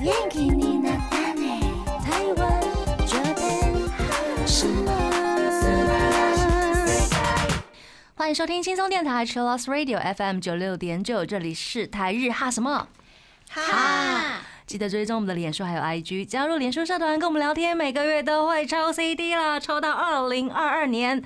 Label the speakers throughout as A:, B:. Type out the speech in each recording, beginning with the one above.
A: 元気になったね台湾这边什么？
B: 欢迎收听轻松电台 c h i l l o s Radio FM 九六点九，这里是台日哈什么哈。记得追踪我们的脸书还有 IG，加入脸书社团跟我们聊天，每个月都会抽 CD 啦，抽到二零二二年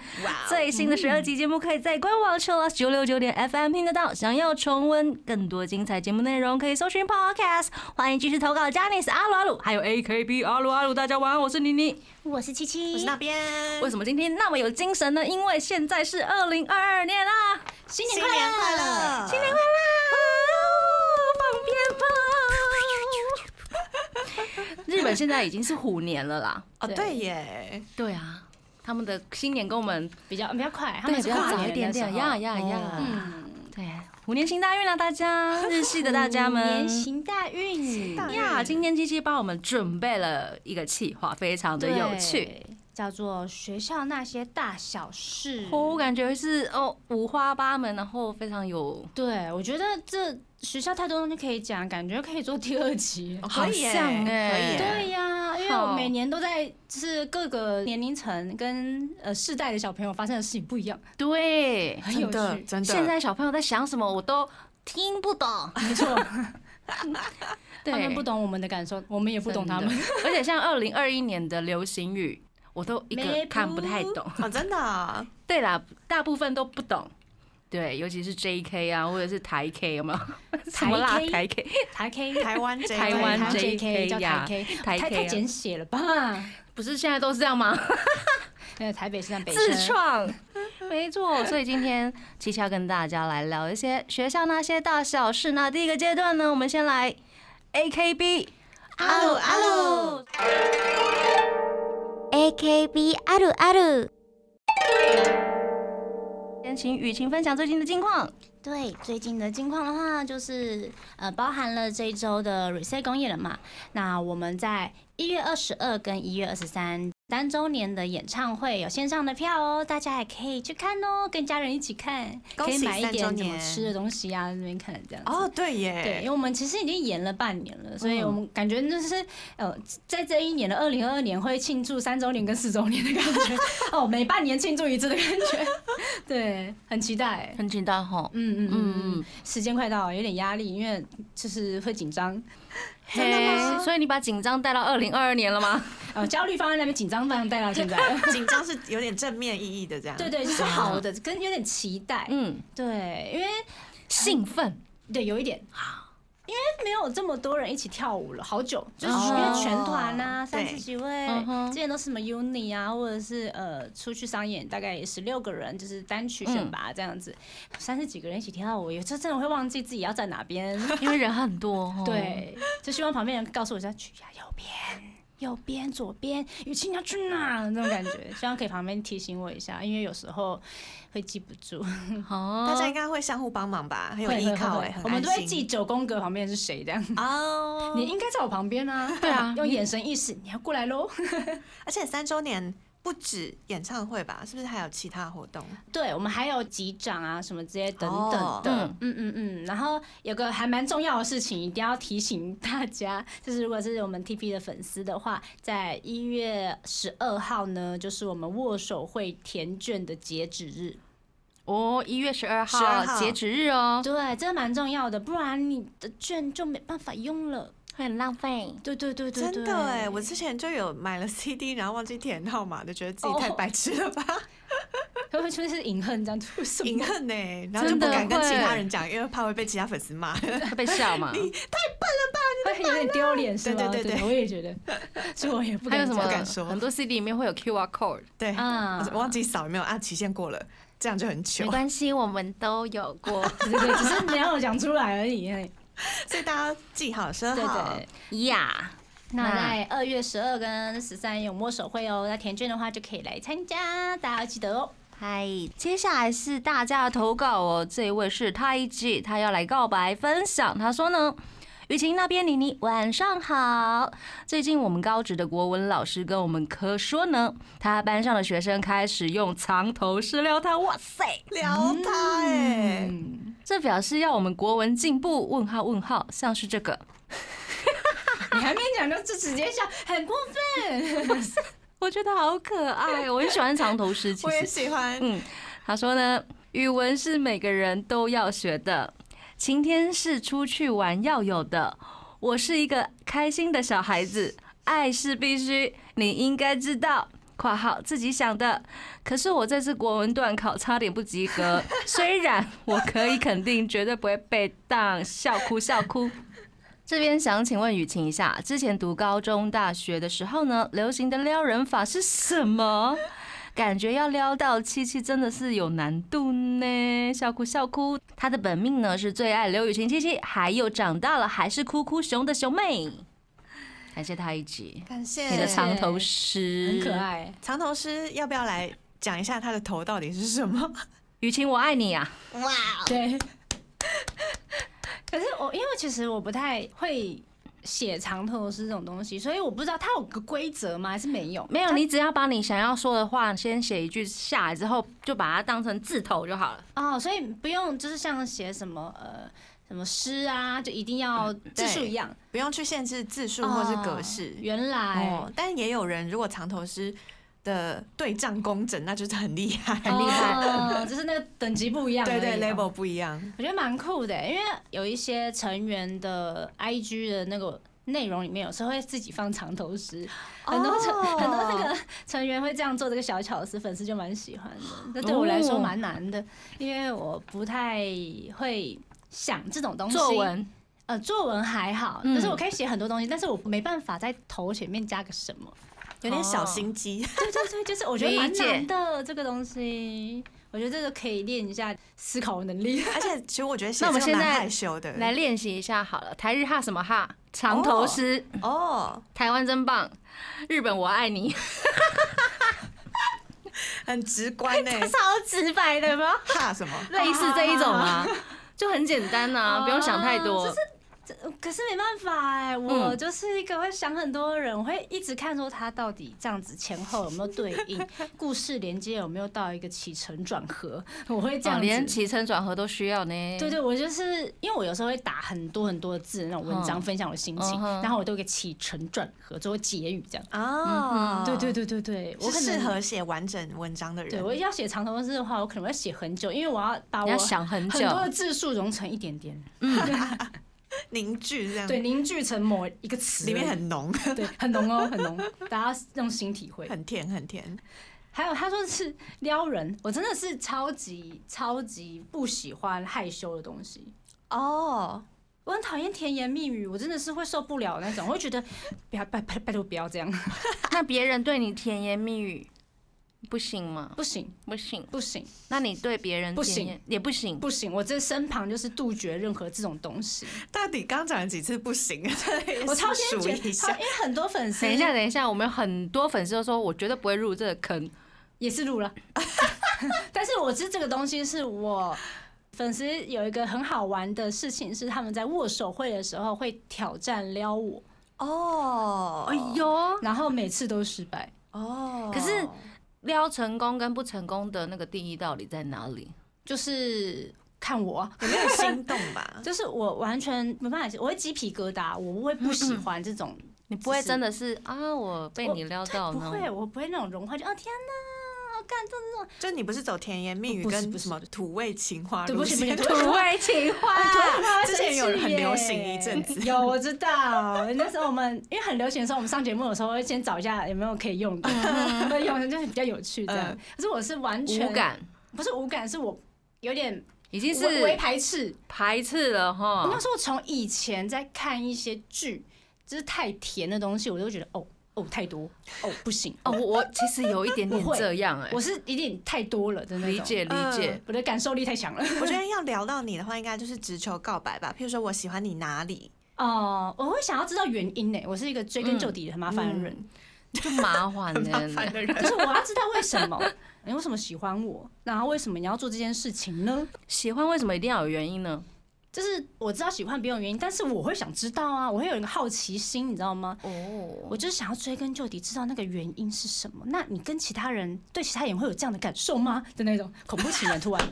B: 最新的十二集节目，可以在官网 c h i l l o s 九六九点 FM 听得到。想要重温更多精彩节目内容，可以搜寻 Podcast。欢迎继续投稿 j a n i c e 阿鲁阿鲁，还有 AKB 阿鲁阿鲁，大家晚安，我是妮妮。
A: 我是七七，
C: 我是那边。
B: 为什么今天那么有精神呢？因为现在是二零二二年啦，
A: 新
C: 新年快乐！
B: 新年快乐，放鞭炮！日本现在已经是虎年了啦，
C: 哦，对耶，
B: 对啊，他们的新年跟我们
D: 比较比较快，他
B: 对
D: 们
B: 比较
D: 是跨
B: 早
D: 年
B: 一
D: 的
B: 点
D: 时
B: 点，
D: 候
B: 呀呀呀，
D: 嗯，
B: 对，虎年行大运啊啦，大家，日系的大家
D: 虎
B: 们
D: 年。行大运，
C: 大运
B: 呀今天七七帮我们准备了一个企划，非常的有趣。
D: 对，叫做学校那些大小事。
B: 我感觉是哦五花八门，然后非常有
D: 对，我觉得这学校太多东西可以讲，感觉可以做第二集
C: 哦。可以耶，
B: 好像耶
C: 可以耶，
D: 嗯对呀，因为我
B: 好
D: 每年都在就是各个年龄层跟呃世代的小朋友发生的事情不一样，
B: 对，
D: 很有
C: 真的
D: 趣。
C: 真的。
B: 现在小朋友在想什么，我都听不懂。
D: 没错，
B: 对，
D: 他们不懂我们的感受，我们也不懂他们。
B: 真的。 而且像二零二一年的流行语，我都一个
D: 没谱
B: 看不太懂。
C: 哦，真的 啊
B: 对啦，大部分都不懂。对，尤其是 J.K. 啊，或者是台 K 有没 有？什么啦？台 K，
D: 台 K
C: 台湾 J，
B: 台湾
D: 台
B: JK
D: JK 叫
B: 呀
D: 台 K，
B: 台
D: 太太
B: K 啊
D: 简写了吧？
B: 不是现在都是这样吗？
D: 那台北市站北
B: 自
D: 车
B: 创， 没错。所以今天七七要跟大家来聊一些学校那些大小事。那第一个阶段呢，我们先来 A.K.B.
A: 阿鲁阿鲁 AKB あるある。
B: 先请雨晴分享最近的近况。
D: 对，最近的近况的话，就是呃，包含了这一周的 reset 公演了嘛。那我们在一月二十二跟一月二十三三周年的演唱会有线上的票哦，大家也可以去看哦，跟家人一起看，
C: 恭
D: 可
C: 喜
D: 以买一
C: 三周
D: 点什么
C: 年
D: 吃的东西呀、那边看这样子。
C: 哦，对
D: 对，因
C: 耶，
D: 为我们其实已经延了半年了，所以
B: 嗯
D: 我们感觉就是呃，在这一年的二零二二年会庆祝三周年跟四周年的感觉， 哦，每半年庆祝一次的感觉， 对，很期待。
B: 很简单吼，
D: 嗯嗯嗯
B: 嗯
D: 嗯，时间快到了，有点压力，因为就是会紧张，
B: 嘿，所以你把紧张带到二零二二年了吗？
D: 呃，焦虑放在那边，紧张放带到现在。
C: 紧张是有点正面意义的这样。
D: 对对，就是好的，跟有点期待。
B: 嗯，
D: 对，因为
B: 兴奋，
D: 对，有一点。因为没有这么多人一起跳舞了，好久，就是
B: 哦
D: 因为全团啊，
C: 对
D: 三十几
B: 嗯
D: 位
B: 哼，
D: 之前都是什么 uni 啊，或者是呃出去商演，大概十六个人，就是单曲选拔这样子，三十几个人一起跳舞，有时候真的会忘记自己要在哪边。
B: 因为人很 多
D: 哦
B: 吼。，
D: 对，就希望旁边人告诉我一下，去呀右边，右边，左边，雨晴你要去哪？那种感觉，希望可以旁边提醒我一下，因为有时候会记不住。
B: 好，
C: 大家应该会相互帮忙吧，很有
D: 哦会
C: 依
D: 会
C: 靠
D: 会
C: 哎，很
D: 我们都
C: 安
D: 会
C: 心
D: 记九宫格旁边是谁这样。
C: 哦。
D: 你应该在我旁边啊，
B: 对啊
D: 用眼神意识，你要过来喽。
C: 而且三周年不止演唱会吧，是不是还有其他活动？
D: 对，我们还有级长啊，什么这些等等
C: 哦
D: 的，
B: 嗯
D: 嗯嗯嗯。然后有个还蛮重要的事情，一定要提醒大家，就是如果是我们 TP 的粉丝的话，在一月十二号呢，就是我们握手会填卷的截止日。
B: 哦，一月十二
C: 12
B: 号
C: 号
B: 截止日哦，
D: 对，这蛮重要的，不然你的卷就没办法用了。
B: 会很浪费。
D: 对对对对对，
C: 真的哎，我之前就有买了 CD，然后忘记填号码，就觉得自己太白痴了吧，
D: 会不会就是隐恨这样吐什么
C: 隐恨呢，然后就
B: 真
C: 不
B: 的
C: 敢跟其他
B: 会
C: 人讲，因为怕会被其他粉丝骂。
B: 会被笑 嘛？
D: 会有点丢脸是吗？
C: 对对对对
D: 我也觉得， 所以我也不
B: 还
D: 敢
B: 有什么
C: 不敢说
B: 很多 CD 里面会有 QR code，
C: 对，
D: 啊
C: 我忘记扫有没有啊，期限过了，这样就很糗。
B: 关系，我们都有过。
D: 对对对，只是没有讲出来而已。嘿
C: 所以大家记好收
D: 对
C: 好。
D: 对。
B: 呀，
D: 那在二月十二跟十三有摸手会哦，那填卷的话就可以来参加，大家要记得哦。
B: 嗨，接下来是大家的投稿哦。这一位是太极，他要来告白分享。他说呢，雨晴那边妮妮晚上好。最近我们高职的国文老师跟我们科说呢，他班上的学生开始用藏头诗撩他，哇塞，
C: 聊他哎、
B: 这表示要我们国文进步？问号问号，像是这个。
D: 你还没讲就就直接笑，很过分。
B: 我觉得好可爱，哦我很喜欢藏头诗。其
C: 我也
B: 实，
C: 喜欢。
B: 嗯，他说呢，语文是每个人都要学的，晴天是出去玩要有的。我是一个开心的小孩子，爱是必须，你应该知道。（括号自己想的）可是我这次国文段考差点不及格，虽然我可以肯定绝对不会被当，笑哭笑哭。这边想请问雨晴一下，之前读高中、大学的时候呢，流行的撩人法是什么？感觉要撩到七七真的是有难度呢，笑哭笑哭。她的本命呢是最爱刘雨晴七七，还有长大了还是哭哭熊的熊妹。感谢她一集，
C: 感谢
B: 你的
D: 长
B: 藏头诗
D: 很可。爱，
C: 长头诗要不要来讲一下他的头到底是什么？
B: 雨晴，我爱你啊！
D: 对。 可是我因为其实我不太会写长头诗这种东西，所以我不知道它有个规则吗？还是没有？
B: 没有，你只要把你想要说的话先写一句下来，之后就把它当成字头就好了。
D: 哦，所以不用就是像写什么呃什么诗啊，就一定要字数一样，
C: 不用去限制字数或是格
D: 哦
C: 式。
D: 原来、
C: 哦，但也有人如果藏头诗的对仗工整，那就是很厉害。
B: 很厉害
D: 哦，就是那个等级不一样而 已
C: 对
D: 哦。
C: 对，label 不一样。
D: 我觉得蛮酷的，欸因为有一些成员的 IG 的那个内容里面，有时候会自己放长头诗，很多成、
C: 哦
D: 很多那个成员会这样做这个小巧思，粉丝就蛮喜欢的。那
B: 哦
D: 对我来说蛮难的，因为我不太会想这种东西。
B: 作文
D: 呃，作文还好，
B: 嗯
D: 但是我可以写很多东西，但是我没办法在头前面加个 什么。
C: 有点小心机，
D: 对对对，就是我觉得蛮
B: 理解
D: 难的这个东西，我觉得这个可以练一下思考能 力。
C: 而且其实我觉得写
B: 那我们
C: 这个
B: 现在
C: 蛮害羞的。
B: 来练习一下好了，台日哈什么
D: 哦
B: 哈？长头诗，
C: 哦，
B: 台湾真棒，日本我爱你，
C: 很直观呢。
B: 超直白的吗？
C: 怕什么？
B: 类似这一种哦啊， 就很简单呐、不用想太多。
D: 可是没办法哎、我
B: 嗯
D: 就是一个会想很多的人，我会一直看说他到底这样子前后有没有对 应，故事连接有没有到一个起承转合， 我会这
B: 讲
D: 样
B: 哦连
D: 子。
B: 起承转合都需要呢。
D: 对对，我就是因为我有时候会打很多很多字的那种文章，
B: 嗯
D: 分享我的心情
B: 嗯，哼
D: 然后我都有个起承转合，做结语这样。
C: 哦，
D: 对对，对对对，我
C: 是
D: 可
C: 适
D: 能
C: 合写完整文章的人。
D: 对我要写长头诗的话，我可能会写很久，因为我要把
B: 你
D: 我
B: 要想很
D: 很
B: 久。
D: 多的字数融成一点点，
C: 凝聚这样，
D: 对，，凝聚成某一个词而已，
C: 里面很浓，
D: 对，很浓哦，很浓，大家用心体会。
C: 很甜，很甜。
D: 还有他说是撩人，我真的是超级超级不喜欢害羞的东西。
C: 哦，
D: 我很讨厌甜言蜜语，我真的是会受不了那种，我会觉得不要拜拜拜托不要这样，
B: 那别人对你甜言蜜语不行吗？
D: 不行
B: 不行。
D: 不行
B: 那你对别人
D: 不
B: 甜言也不行。
D: 不行，我这身旁就是杜绝任何这种东西。
C: 到底刚讲了几次不行？
D: 我超
C: 先
D: 坚
C: 数
D: 决，
C: 一
D: 超
C: 下
D: 因，为很多粉丝
B: 等一下，等一下，我们有很多粉丝都说，我绝对不会入这个坑。
D: 也是录了，但是我知这个东西是我粉丝有一个很好玩的事情，是他们在握手会的时候会挑战撩我，
C: 哦，
B: 哎，呦，
D: 然后每次都失败。
C: 哦，
B: 可是撩成功跟不成功的那个定义到底在哪里？
D: 就是看我，？
C: 有没有心动吧
D: 就是我完全没办法，我会鸡皮疙瘩，我会不喜欢这种，
C: 嗯
B: 你不会真的是啊，我被你撩到
D: 不
B: 呢？
D: 会，我不会那种融化，就哦天哪，好感动这种，
C: 就你不是走甜言蜜语
D: 哦不是不
C: 跟
D: 是
C: 什么土味情话
D: 对
C: 路
D: 不起，对
C: 线？
D: 不起， 土味情话
C: 之前有很流行一阵子
D: 有我知道，那时候我们因为很流行的时候，我们上节目的时候会先找一下有没有可以用的，会用就是比较有趣这样
C: 嗯。
D: 可是我是完全
B: 无，感，
D: 不是无感，是我有点
B: 已经
D: 微微
B: 是
D: 排斥。
B: 排斥了哈
D: 应该。说，我从以前在看一些剧，就是太甜的东西，我都觉得哦哦太多哦不行，
B: 哦，我我其实有一点点
D: 我会
B: 这样哎、
D: 我是有点太多了的那种
B: 理，解理解。
D: 我的感受力太强了。
C: 我觉得要聊到你的话，应该就是直球告白吧。譬如说我喜欢你哪里？
D: 哦，我会想要知道原因呢，我是一个追根究底的很麻烦的人。
B: 嗯就 麻烦欸
C: 很麻
B: 呢
C: 烦。的人，
D: 就是我要知道为什么 你为什么喜欢我，然后为什么你要做这件事情呢？
B: 喜欢为什么一定要有原因呢？
D: 就是我知道喜欢别人有原因，但是我会想知道啊，我会有一个好奇心，你知道吗？
B: 哦，
D: 我就是想要追根究底，知道那个原因是什么。那你跟其他人对其他人会有这样的感受吗？的那种恐怖情人 突然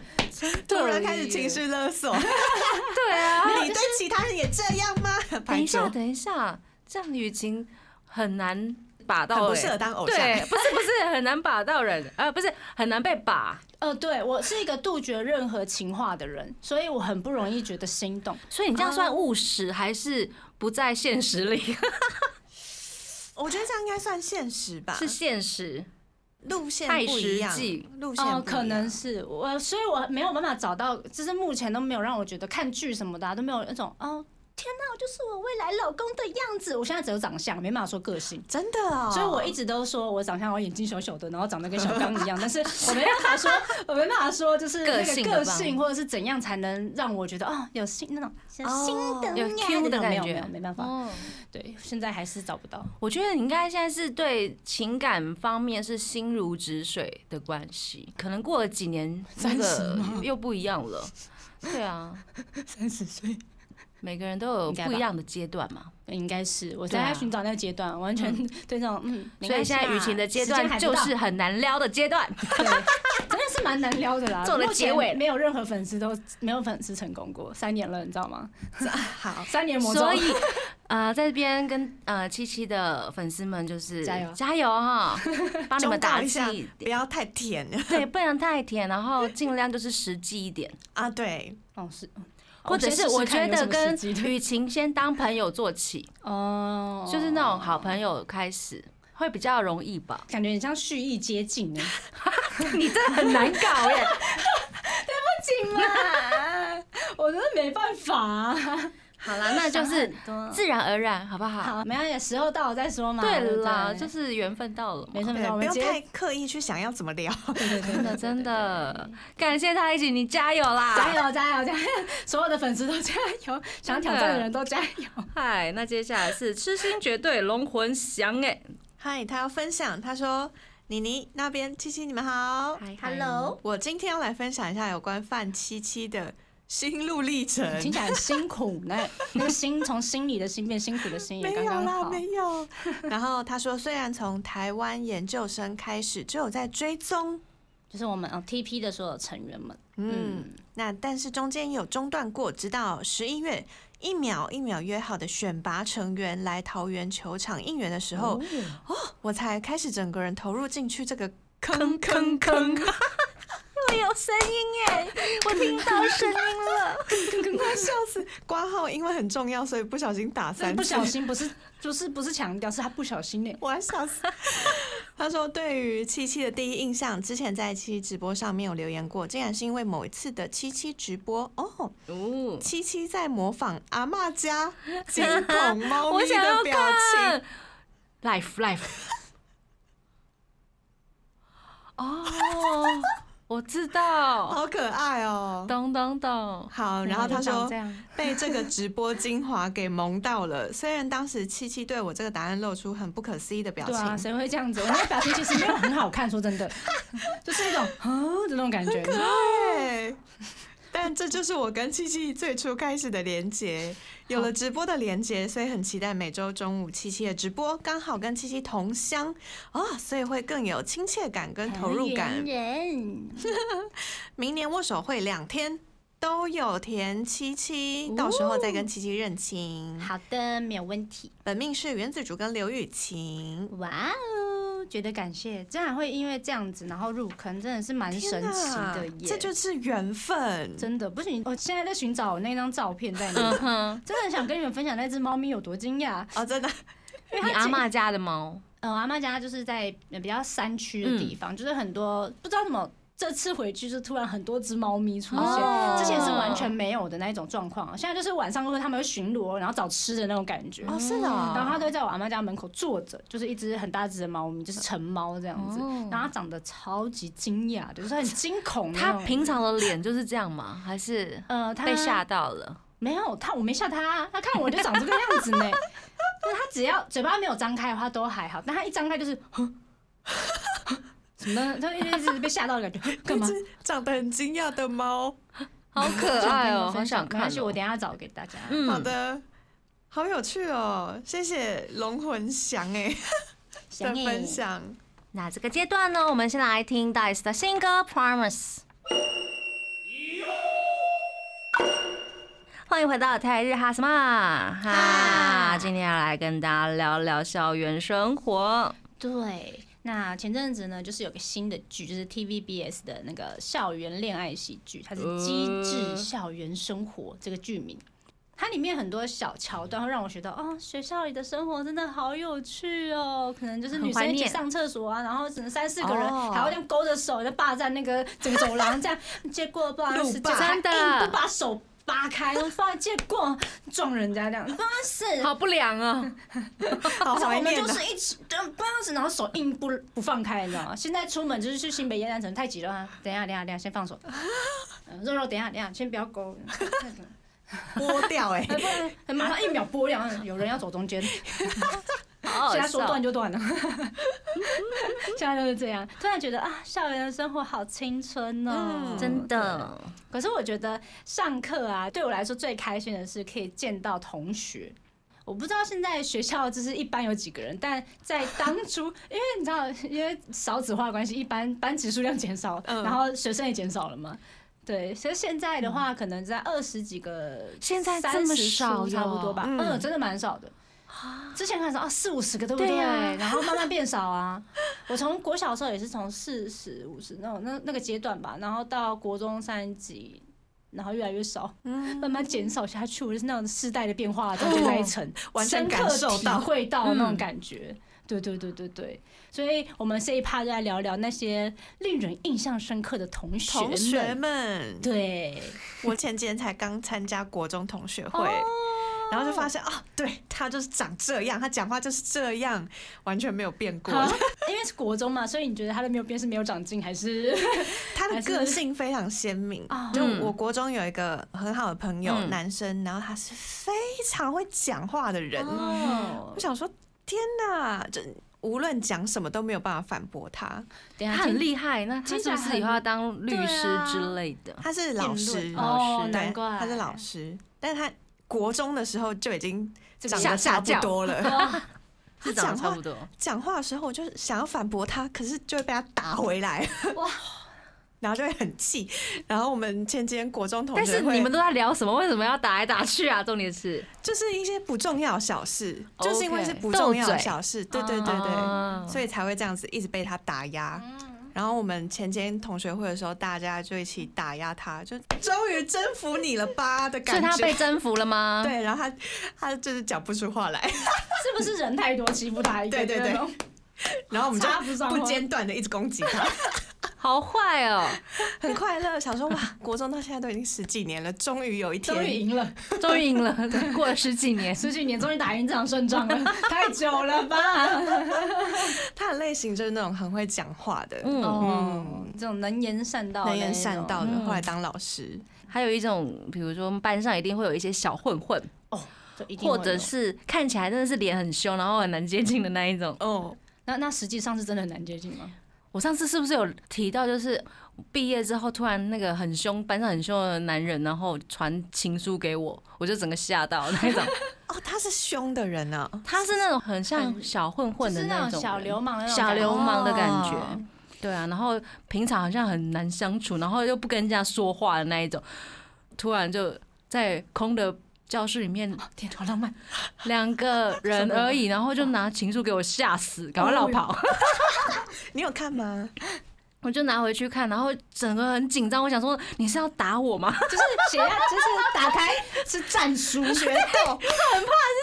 C: 突然开始情绪勒索。
B: 对啊。
C: 你对其他人也这样吗？
B: 等
C: 白
B: 一下，
C: 酒
B: 等一下，这样的雨情很难把到、欸，
C: 很不适合当偶像
B: 对，不是不是很难把到人， 呃，不是很难被把。
D: 呃，对我是一个杜绝任何情话的人，所以我很不容易觉得心动。
B: 所以你这样算务实还是不在现实里？
C: 我觉得这样应该算现实吧，
B: 是现实。
C: 路线
B: 太
C: 不
B: 实
C: 一样
B: 际，
C: 路线不一
D: 哦，
C: 样
D: 可能是我，所以我没有办法找到，就是目前都没有让我觉得看剧什么的、啊、都没有那种哦，天哪，就是我未来老公的样子。我现在只有长相，没办法说个性。
C: 真的哦，
D: 所以我一直都说我长相我眼睛小小的，然后长得跟小刚 一样，但是我没办法说， 我没办法说就是那
B: 个性
D: 个
B: 的吧
D: 个性或者是怎样才能让我觉得哦有新那种新的
B: 有
D: 呀
B: Q 的
D: 那种没
B: 感
D: 有
B: 觉
D: 没有没办法，
B: 哦，
D: 对，现在还是找不到。
B: 我觉得你应该现在是对情感方面是心如止水的关系，可能过了几年，那个又不一样了。对啊，
D: 三十岁
B: 每个人都有
D: 应该吧
B: 不一样的阶段嘛，
D: 应该是我
B: 对
D: 在
B: 啊
D: 寻找那个阶段，完全对这种嗯，没
B: 所以
D: 关系
B: 现在
D: 啦
B: 雨晴的阶
D: 时间还
B: 段
D: 不
B: 就
D: 到
B: 是很难撩的阶段。
D: 对，真的是蛮难撩的 啦。
B: 做了
D: 目前
B: 结尾
D: 没有任何粉丝都没有粉丝成功过，三年了，你知 道吗？
C: 好，
D: 三年魔咒
B: 所。以，呃，在这边跟呃七七的粉丝们就是
D: 加油
B: 加油哈，帮你们
C: 忠
B: 打
C: 告一
B: 气
C: 下
B: 一，
C: 不
B: 点，
C: 要太甜
B: 对，不能太甜，然后尽量就是实际一点，
C: 啊，对，
D: 哦是，
B: 或者是
D: 先试试
B: 我觉
D: 看有什
B: 得
D: 么
B: 跟
D: 时机对
B: 雨晴先当朋友做起，
D: 哦，？
B: 就是那种好朋友开始。会比较容易吧
D: 感觉很像蓄意接近呢。
B: 你真的很难搞耶！
D: 近嘛，我真的没办法、
B: 好啦，那就是自然而然，好不好？
D: 好，没关系，时候到了再说嘛。
B: 对
D: 对不
B: 啦，
D: 对
B: 就是缘分到了嘛。
D: 没错没
C: 对，
D: 错，我
C: 不
D: 们
C: 用
D: 直
C: 太
D: 接
C: 刻意去想要怎么聊，
D: 对对对
B: 真的真的，感谢他一起，你加油啦！
D: 加油加油加油！所有的粉丝都加油，想挑战的人都加油。
B: 嗨，那接下来是痴心绝对龙魂翔哎、
C: 嗨，他要分享，他说：“妮妮那边，七七你们好
B: 嗨嗨
D: ，Hello
C: 我今天要来分享一下有关范七七的心路历程。
D: 听起来很辛苦呢，那个心从心里的心变辛苦的心也
C: 没
D: 刚
C: 有
D: 刚
C: 啦，
D: 好。
C: 没有。 然后他说，虽然从台湾研究生开始就有在追踪，
D: 就是我们呃 TP 的所有成员们，
C: 嗯，那但是中间有中断过，直到十一月一秒一秒约好的选拔成员来桃园球场应援的时候，哦我才开始整个人投入进去这个坑坑 坑。
B: 我有声音哎、我听到声音了。
C: 快 笑死！挂号因为很重要，所以不小心打
D: 这
C: 三
D: 是
C: 次，
D: 不小心，不是不是不是强调，是他不小心呢。
C: 我要笑死。 他说，对于七七的第一印象，之前在七七直播上面有留言过，竟然是因为某一次的七七直播哦，
B: 哦，
C: 七七在模仿阿嬷家惊恐猫
B: 我
C: 咪
B: 想要
C: 的表情。
B: 看 life life。哦，我知道，
C: 好可爱哦！
B: 懂懂懂。
C: 好，然后他
D: 长
C: 说
D: 这样
C: 被这个直播精华给萌到了。虽然当时七七对我这个答案露出很不可思议的表
D: 对啊，
C: 情，
D: 谁会这样子？我那表情其实没有很好看，说真的， 就是一种啊的那种感觉。
C: 对，但这就是我跟七七最初开始的连结，有了直播的连结，所以很期待每周中午七七的直播，刚好跟七七同乡哦，所以会更有亲切感跟投入
D: 哎
C: 感。
D: 人
C: 明年握手会两天都有田七七，到时候再跟七七认亲。
D: 哦好的，没有问题。
C: 本命是原子竹跟刘雨晴。
D: 哇哦，觉得感谢，真的会因为这样子然后入坑，真的是蛮神奇的
C: 天哪
D: 耶。
C: 这就是缘分。
D: 真的不行，我现在在寻找我那张照片在哪
B: 嗯
D: 里，
B: 哼，
D: 真的很想跟你们分享那只猫咪有多惊讶。
C: 哦，真的，
D: 因 为它
B: 你阿
D: 竟
B: 嬷家的猫，
D: 呃，我阿妈家就是在呃比较山区的
B: 嗯
D: 地方，就是很多不知道怎么。这次回去就突然很多只猫咪出现，
B: 哦
D: 之前是完全没有的那一种状况。现在就是晚上会他们会巡逻，然后找吃的那种感觉。
C: 哦，是的哦，
B: 啊
D: 然后它都会在我阿妈家门口坐着，就是一只很大只的猫咪，就是成猫这样子。
B: 哦
D: 然后它长得超级惊讶的，就是很惊恐的那
B: 它
D: 种。
B: 平常的脸就是这样吗？还是
D: 呃，它
B: 被吓到了？
D: 没有他，我没吓他、啊，他看我就长这个样子 呢。就是他只要嘴巴没有张开的话都还好，但他一张开就是，哼 什么呢？他一直被吓到的感觉， 哼干 嘛
C: 一？只长得很惊讶的猫。
B: 好可爱 哦，
D: 跟你们
B: 好
D: 分享
B: 想
D: 没
B: 看
D: 关系，
B: 哦。
D: 我等一下找给大家。
B: 嗯
C: 好的，好有趣哦，谢谢龙魂翔 哎的
D: 想你
C: 分享。
B: 那这个阶段呢，我们先来听 Dice 的新歌《Promise》。欢迎回到泰日哈什么哈，今天要来跟大家聊聊校园生活。
D: 对，那前阵子呢，就是有个新的剧，就是 TVBS 的那个校园恋爱喜剧，它是
B: 呃
D: 《机智校园生活》这个剧名。它里面很多小桥段会让我觉得，哦，学校里的生活真的好有趣哦。可能就是
B: 很
D: 女
B: 怀
D: 生一起
B: 念
D: 上厕所啊，然后只能三四个人，
C: 哦
D: 还要这样勾着手，就霸占那个整个走廊这样。结果不好意思，
C: 路霸
B: 真
D: 真
B: 的
D: 硬哎不把手扒开，然后放在结果撞人家这样，啊不好意思，
B: 好不良哦，
C: 好
D: 哦我
C: 怀
D: 们
C: 念
D: 就
C: 啊！
D: 是一直这样这样子，然后手硬不不放开，你知道吗？现在出门就是去新北夜南城，太挤了啊。等一下，等一下，等一下，先放手。嗯肉肉，等一下，等一下，先不要勾，
C: 剥掉哎、
D: 哎不然马上一秒播量，有人要走中间，
B: 好好
D: 现在说
B: 笑
D: 断就断了。 现在就是这样，突然觉得啊，校园的生活好青春哦，
C: 嗯
B: 真的，
D: 可是我觉得上课啊，对我来说最开心的是可以见到同学。我不知道现在学校就是一班有几个人，但在当初， 因为你知道，因为少子化的关系，一班班级数量减少，
C: 嗯
D: 然后学生也减少了嘛。对，所以现在的话，可能在二十几个，
B: 嗯现在这
D: 三
B: 么
D: 十
B: 少
D: 差不多吧，
C: 哟
D: 嗯，
C: 嗯
D: 真的蛮少的。之前看的时候啊，四五十个，对不
B: 对啊
D: 然后慢慢变少啊。我从国小的时候也是从四十五十那种那那个阶段吧，然后到国中三级，然后越来越少，慢慢减少下去。我就是那种世代的变化中间那一层，
C: 完全
D: 深刻
C: 哦感受到
D: 体会到那种
B: 嗯
D: 感觉。对对对对对，所以我们这一趴就来聊聊那些令人印象深刻的同学
C: 同学
D: 们。
C: 们，
D: 对，
C: 我前几天才刚参加国中同学会，
D: 哦
C: 然后就发现哦，对他就是长这样，他讲话就是这样，完全没有变过。
D: 好， 因为是国中嘛，所以你觉得他的没有变是没有长进，还是
C: 他的
D: 还是
C: 个性非常鲜明
D: 啊。
C: 就我国中有一个很好的朋友，
B: 嗯
C: 男生，然后他是非常会讲话的人。
D: 哦
B: 嗯
C: 我，想说，天哪，就无论讲什么都没有办法反驳他。
D: 等一
B: 他
D: 下
B: 很
D: 听
B: 厉害，那他
D: 听起
B: 是不
D: 来
B: 是
D: 很
B: 以后要当律
D: 对
B: 师
D: 啊
B: 之类的？
C: 他是老
B: 哦
C: 师，
B: 老
D: 哦，
B: 师
D: 难
C: 对
D: 怪
C: 他是老师，但是他国中的时候就已经长
B: 下
C: 得差
B: 下
C: 不
B: 降
C: 多了。
B: 是
C: 他
B: 长得
C: 讲
B: 差
C: 话
B: 不多，
C: 讲话的时候，我就是想要反驳他，可是就会被他打回来，
D: 哇，
C: 然后就会很气。然后我们前几天国中同
B: 但
C: 学
B: 是
C: 会，
B: 你们都在聊什么？为什么要打来打去啊？重点是
C: 就是一些不重要的小事
B: 哦 OK
C: 就是因为是不重要的小事，对对对对，
B: 啊
C: 所以才会这样子一直被他打压。然后我们前几天同学会的时候，大家就一起打压他，就终于征服你了吧的
B: 所以
C: 感
B: 他被
C: 觉。
B: 征服了吗？，
C: 对，然后他他就是讲不出话来，
D: 是不是人太多欺负他一个？
C: 对对对
D: 那种
C: 然后我们
D: 插不
C: 就
D: 上
C: 不
D: 话
C: 间断的一直攻击他。
B: 好坏哦，
C: 很快乐，想说哇，国中到现在都已经十几年了，终于有一
D: 终于
C: 天，
D: 赢了，
B: 终于赢了，过了十几年，
D: 十几年终于打赢这场胜仗了，太久了 吧？
C: 他的类型就是那种很会讲话的，
B: 嗯，
D: 哦，这种能言善道的那
C: 能
D: 种，
C: 言善道的，
B: 嗯
C: 后来当老师，
B: 还有一种，比如说班上一定会有一些小混混，
D: 就一定会
B: 或
D: 有，
B: 者是看起来真的是脸很凶，然后很难接近的那一种。
C: 哦，
D: 那那实际上是真的很难接近吗？
B: 我上次是不是有提到，就是毕业之后突然那个很凶，班上很凶的男人，然后传情书给我，我就整个吓到那一种。
C: 哦，他是凶的人呢、啊，
B: 他是那种很像小混混的
D: 就是那
B: 种人
D: 小流氓的那种
B: 小
D: 感觉
B: 流氓的感觉。
C: 哦
B: 对啊，然后平常好像很难相处，然后又不跟人家说话的那一种，突然就在空的教室里面，
D: 哦天，好浪漫，
B: 两个人而已，然后就拿情书给我吓死，赶快绕
D: 哦
B: 跑。
C: 你有看吗？
B: 我就拿回去看，然后整个很紧张，我想说你是要打我吗？
D: 就是血压，就是 打开是 战书
C: 决斗，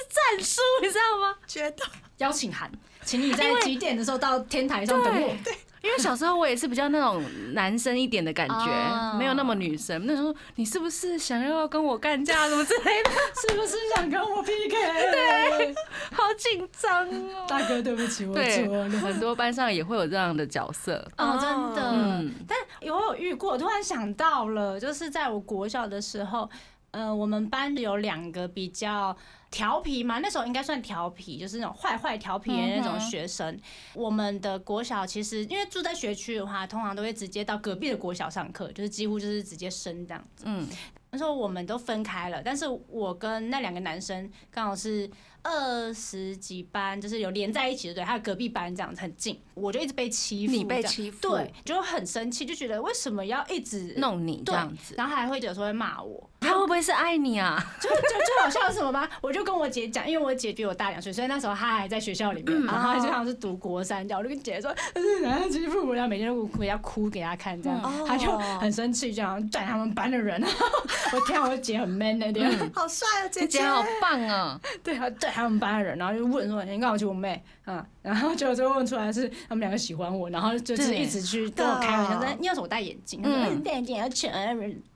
B: 战书，你知道吗？
C: 决斗，
D: 邀请函，请你在几点的时候到天台上等我。
B: 因为小时候我也是比较那种男生一点的感
D: 哦
B: 觉，没有那么女生。那时候你是不是想要跟我干架什么之类的？
D: 是不是想跟我 PK？对，
B: 好紧张哦。
D: 大哥，对不起，我
B: 对
D: 错了。，
B: 很多班上也会有这样的角色。
D: 哦，真的。
B: 嗯
D: 但我有遇过，突然想到了，就是在我国小的时候，呃，我们班有两个比较调皮嘛，那时候应该算调皮，就是那种坏坏调皮的那种学生。我们的国小其实因为住在学区的话，通常都会直接到隔壁的国小上课，就是几乎就是直接升这样子。
B: 嗯，
D: 那时候我们都分开了，但是我跟那两个男生刚好是二十几班，就是有连在一起的，对，还有隔壁班这样子很近，我就一直被欺负这
B: 你
D: 样，
B: 被欺负，
D: 对，就很生气，就觉得为什么要一直
B: 弄你这
D: 对
B: 样子，
D: 然后还会有时候会骂 我，
B: 他会不会是爱你啊？
D: 就就就好像什么吧，我就跟我姐讲，因为我姐比我大两岁，所以那时候她还在学校里面，然后她就像是读国三这样，我就跟姐姐说，呃男生欺负我，然后每天都哭，要哭给她看这样，
C: 嗯
D: 她就很生气，这样带他们班的人，然后 我天、啊，我姐很 man 那天，
C: 好帅啊，姐
B: 你姐好棒哦！
D: 对，她带他们班的人，然后就问说，你干嘛去我妹？嗯，然后结果就问出来是他们两个喜欢我，然后就是
B: 对
D: 一直去跟我开玩笑，
C: 真的
D: 说哎你要什么戴眼镜？她说
B: 嗯
D: 嗯，戴眼镜要全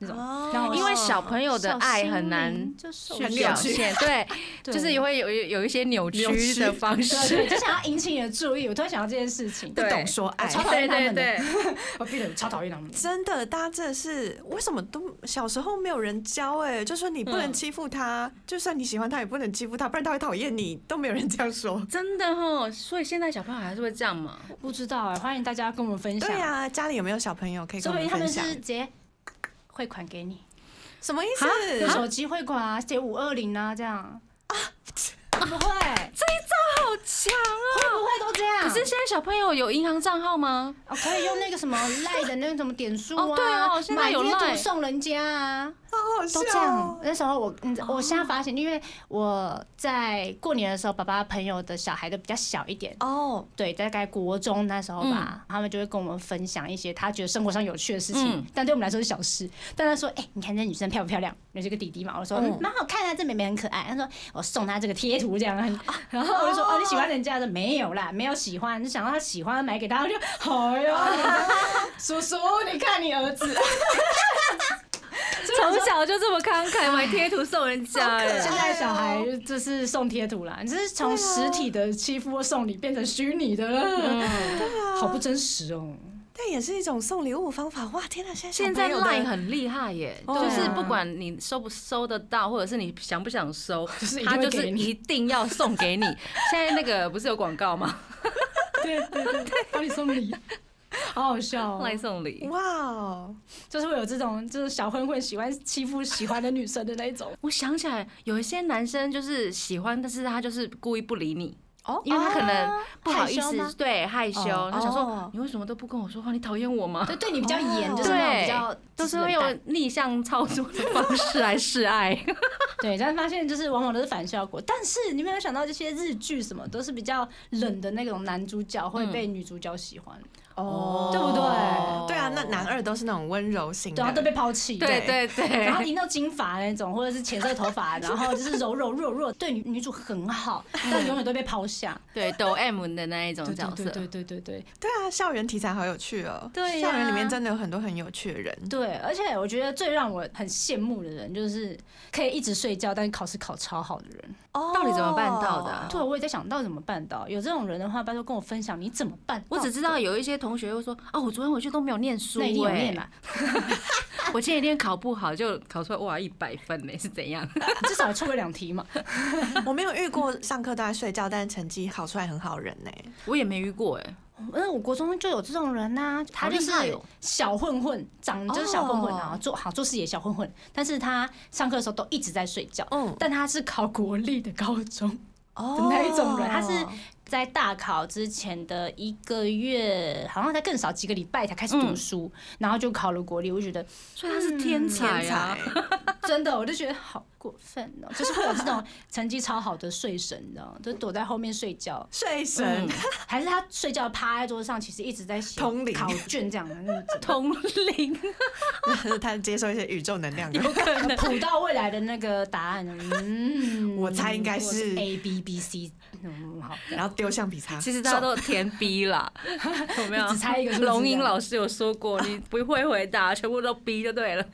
D: 那种。
C: 哦
B: 因为小朋友的爱很难
D: 就是
B: 去
C: 很
B: 表
C: 扭曲
B: 现， 对，就是也会有有有一些扭曲的方
D: 对，
B: 式，
D: 就想要引起你的注意。我突然想到这件事情，
B: 对
C: 不懂说爱
D: 我。超讨
B: 对
D: 厌他
B: 对
D: 们的，
B: 对，
D: 我闭着超讨厌他们。
C: 真的，大家真的是为什么都小时候没有人教哎、就说你不能
D: 嗯
C: 欺负他，就算你喜欢他也不能欺负他，不然他会讨厌你，都没有人这样 说。
B: 真的哦。所以现在小朋友还是会这样嘛？
D: 不知道哎，欢迎大家跟我们分享。
C: 对啊，家里有没有小朋友可以跟
D: 说
C: 我
D: 不定
C: 们
D: 他
C: 分
D: 们
C: 享？
D: 是直接汇款给你，
C: 什么意
B: 啊
D: 有
C: 思？
D: 手机汇款啊，写五二零啊，这样啊，会不会？会
B: 好强哦！
D: 不会都这样？
B: 啊可是现在小朋友有银行账号吗？
D: 哦可以用那 个什么赖的那个什么点数
B: 哦
D: 啊，
B: 对哦现在有
D: 买贴
B: Line
D: 图送人家啊。
C: 好好笑
D: 都
C: 哦、
D: 这样。那时候我，嗯
B: 哦
D: 我现在发现，因为我在过年的时候，爸爸朋友的小孩都比较小一点，
C: 哦，
D: 对，大概国中那时候吧，他们就会跟我们分享一些他觉得生活上有趣的事情，
B: 嗯
D: 但对我们来说是小事。但他说：“哎、你看这女生漂不漂亮？”有这个弟弟嘛，我说：“
C: 嗯
D: 嗯蛮、好看啊，这妹妹很可爱。”他说：“我送她这个贴图这样。 然后我就说：“哦，你喜欢人家的没有啦，没有喜欢，就想到她喜欢买给她，我就好哟、 叔叔，你看你儿子。”
B: 从小就这么慷慨，买贴图送人家，
D: 现在小孩就是送贴图啦，你这是从实体的欺负或送礼变成虚拟的了，
B: 嗯
D: 好不真实哦。
C: 但也是一种送礼物方法。哇，天哪，现在小
B: 现在
C: 朋友的
B: Line 很厉害耶，
D: 哦
C: 对
B: 就
C: 啊
B: 是不管你收不收得到，或者是你想不想 收，
D: 是一定
B: 他
D: 会
B: 就
D: 给
B: 是
D: 你
B: 一定要送给 你。现在那个不是有广告吗？
D: 对对对，帮你送礼， 好好笑哦
B: Line 送礼。
C: 哇哦，
D: 就是会有这种，就是小混混喜欢欺负喜欢的女生的那一种，
B: 我想起来，有一些男生就是喜欢，但是他就是故意不理你，
C: 哦
B: 因为他可能不好意
D: 啊害羞吗
B: 思，对害羞，
D: 哦
B: 他想说
C: 哦
B: 你为什么都不跟我说话？你讨厌我吗？
D: 对对你比较严，
C: 哦
D: 就是那种比
B: 对
D: 较
B: 都是
D: 冷
B: 会
D: 淡
B: 用逆向操作的方式来示爱。
D: 对，但发现就是往往都是反效果。但是你没有想到这些日剧什么都是比较冷的那种男主角会被女主角喜欢，
C: 哦
D: 对不对
C: 对啊，那男二都是那种温柔型的，
D: 对啊，都被抛弃，
B: 对对对
D: 然，后赢到金发那种，或者是浅色头 发，然后就是柔柔弱弱，对女女主很好，但永远都被抛 下。
B: 对抖 M 的那一种
D: 对
B: 角
D: 对
B: 色，
D: 对对对对
C: 对啊，校园题材好有趣哦。
D: 对呀
C: 校园里面真的有很多很有趣的人。
D: 对，而且我觉得最让我很羡慕的人，就是可以一直睡觉，但是考试考超好的人。
C: 哦
B: 到底怎么办到的啊
D: 对，我也在想到底怎么办到，有这种人的话，拜托跟我分享你怎么办到的。
B: 我只知道有一些同学会说啊，我昨天回去都没有念书、
D: 那
B: 欸，
D: 一定有念啊啦，
B: 我前几天考不好就考出来哇一百分呢、是怎 样？
D: 至少也错个两题 嘛。
C: 哦我没有遇过上课都在睡觉，但是成绩考出来很好人呢、
B: 我也没遇过哎、
D: 因嗯为我国中就有这种人呐、他就
B: 厉
D: 是
B: 害哦
D: 小混混，长就是小混混
C: 哦
D: 啊，然后做好做事也小混混，但是他上课的时候都一直在睡觉。
C: 嗯，
D: 但他是考国立的高中，
C: 哦
D: 那一种人他是在大考之前的一个月，好像在更少几个礼拜才开始
B: 嗯
D: 读书，然后就考了国立。我就觉得
B: 所以他
D: 嗯
B: 是天才
C: 天
B: 啊
C: 才，，
D: 真的，我就觉得好过分哦、就是会有这种成绩超好的睡神，你知道吗？就躲在后面睡觉，
C: 睡神。
D: 还是他睡觉趴在桌上，其实一直在写
C: 通灵
D: 考卷这样，嗯
B: 通 灵，嗯
C: 他接受一些宇宙能量的。
B: 有可能。
D: 普到未来的那个答案，嗯，
C: 我猜应该
D: 或
C: 是
D: A B B C，嗯，好，
C: 然后丢橡皮擦，
B: 其实大家 都填 B 啦，有没有？
D: 只猜一个是不是
B: 龙吟老师有说过，你不会回答，全部都 B 就对了。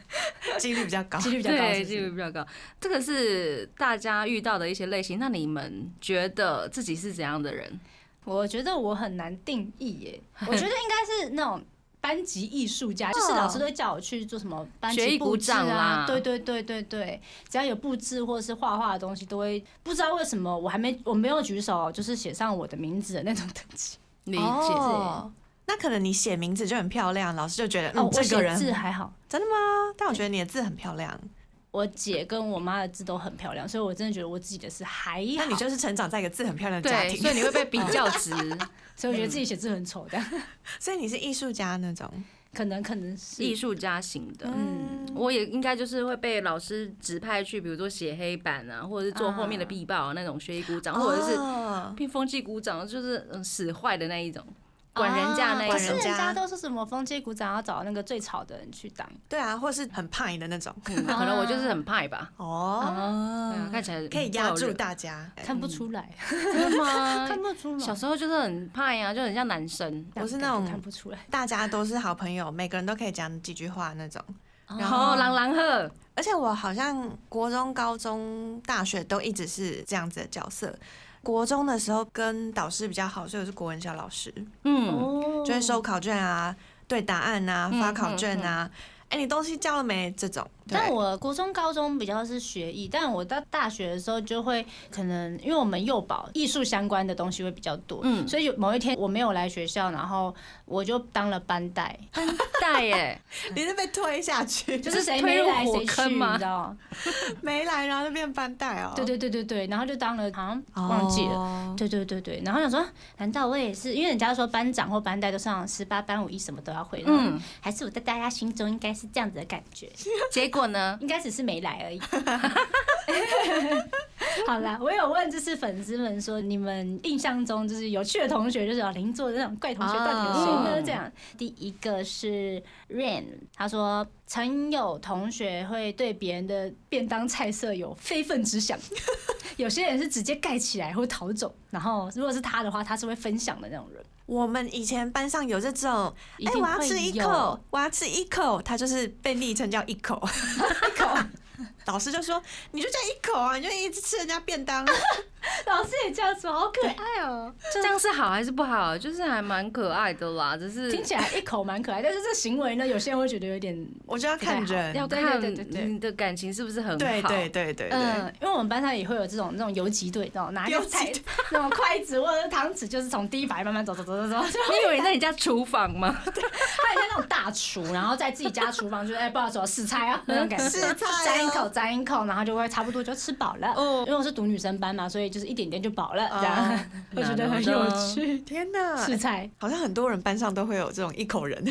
C: 几率比较高。
D: 几率比较高，
B: 对，
D: 是不
B: 几
D: 是
B: 率比较高。这个是大家遇到的一些类型。那你们觉得自己是怎样的人？
D: 我觉得我很难定义 耶，我觉得应该是那种。班级艺术家就是老师都会叫我去做什么班
B: 嗯学艺
D: 级
B: 鼓
D: 布置
B: 掌啦
D: 啊，对对对对对，只要有布置或者是画画的东西，都会不知道为什么我还没我没有举手，就是写上我的名字的那种等 级。
B: 理解。
C: 哦那可能你写名字就很漂亮，老师就觉得
D: 哦
C: 嗯，，
D: 我
C: 这
D: 写
C: 个人
D: 字还好，
C: 真的吗？但我觉得你的字很漂亮，
D: 我姐跟我妈的字都很漂亮，所以我真的觉得我自己的字还
C: 那你
D: 好，
C: 就是成长在一个字很漂亮的家
B: 对，
C: 庭，
B: 所以你会被比较值。
D: 所以我觉得自己写字很丑的，
B: 嗯
C: 所以你是艺术家那种，
D: 可能可能是
B: 艺术家型的，
D: 嗯
B: 我也应该就是会被老师指派去，比如说写黑板啊，或者是做后面的
D: 啊
B: 壁报、啊、那种学艺鼓掌，或者是
C: 哦
B: 并风纪鼓掌，就是嗯使坏的那一种，管人家那一
D: 啊可
C: 管
D: 是
B: 种
D: 人。
C: 家
D: 家都是什么风街鼓掌，要找那个最吵的人去当。
C: 对啊，或是很胖的那种。
B: 嗯可能我就是很派吧，
C: 哦，
B: 对啊，看起来
C: 可以压住
B: 大，
C: 大家。
D: 看不出来，
B: 真的吗？
D: 看不出来，
B: 小时候就是很派啊，就很像男生。
C: 我是那种
D: 看不出来。
C: 大家都是好朋友，每个人都可以讲几句话那种。然
B: 好，
C: 后，
B: 朗朗赫，
C: 而且我好像国中、高中、大学都一直是这样子的角色。国中的时候跟导师比较好，所以我是国文小老师，
B: 嗯，
D: 哦
C: 就会收考卷啊、对答案啊、
B: 嗯
C: 发考卷啊。哎，你东西交了没？这种。对
D: 嗯但我国中、高中比较是学艺，但我到大学的时候就会可能，因为我们幼保艺术相关的东西会比较多，
B: 嗯
D: 所以有某一天我没有来学校，然后我就当了班带，
B: 带耶，
C: 你是被推下去，
D: 就是谁
B: 推
D: 没
B: 入
D: 来
B: 火
D: 谁去，
B: 坑吗
D: 你知道吗？
C: 没来，然后就变班带哦。
D: 对对对对对，然后就当了，好像忘记了。
C: 了。
D: 对对对对，然后想说，难道我也是？因为人家说班长或班带都上十八班五一什么都要会，嗯，
B: 嗯，
D: 还是我在大家心中应该是这样子的感觉，
B: 结果呢？
D: 应该只是没来而 已。好啦，我有问就是粉丝们说，你们印象中就是有趣的同学，就是啊邻座的那种怪同学到底有谁
B: 哦
D: 呢？这样，第一个是 Rain，他说曾有同学会对别人的便当菜色有非分之 想，有些人是直接盖起来或逃走，然后如果是他的话，他是会分享的那种人，
C: 我们以前班上有这种，
D: 一
C: 哎、
D: 定
C: 我要
D: 会
C: 吃一
D: 有
C: 口，我要吃一口，他就是被昵称叫一 口。
D: 一口，
C: 老师就说，你就叫一口啊，你就一直吃人家便当。
D: 老师也这样说，好可爱哦、
B: 这样是好还是不好？就是还蛮可爱的啦，只是
D: 听起来一口蛮可爱，但是这行为呢，有些人会觉得有点，
C: 我就要看人，
B: 要
D: 对
B: 看
D: 对对对对
B: 你的感情是不是很好。
C: 对对对对对。
D: 嗯、因为我们班上也会有这种那种游击队，然后拿一
C: 游
D: 个
C: 击
D: 菜
C: 队
D: 那种筷子或者是汤匙，就是从第一排慢慢走走走走走，就
B: 你以为你在你家厨房吗？
D: 他很像那种大厨，然后在自己家厨房就是哎、不好意思，我试菜啊那种感觉，
C: 试菜哦
D: 沾一口沾一口，然后就会差不多就吃饱了。
C: 哦
D: 因为我是读女生班嘛，所以就是一点点就饱了，
C: 哦
D: 这样 我觉得很有趣。
C: 天哪
D: 试，菜，
C: 好像很多人班上都会有这种一口 人。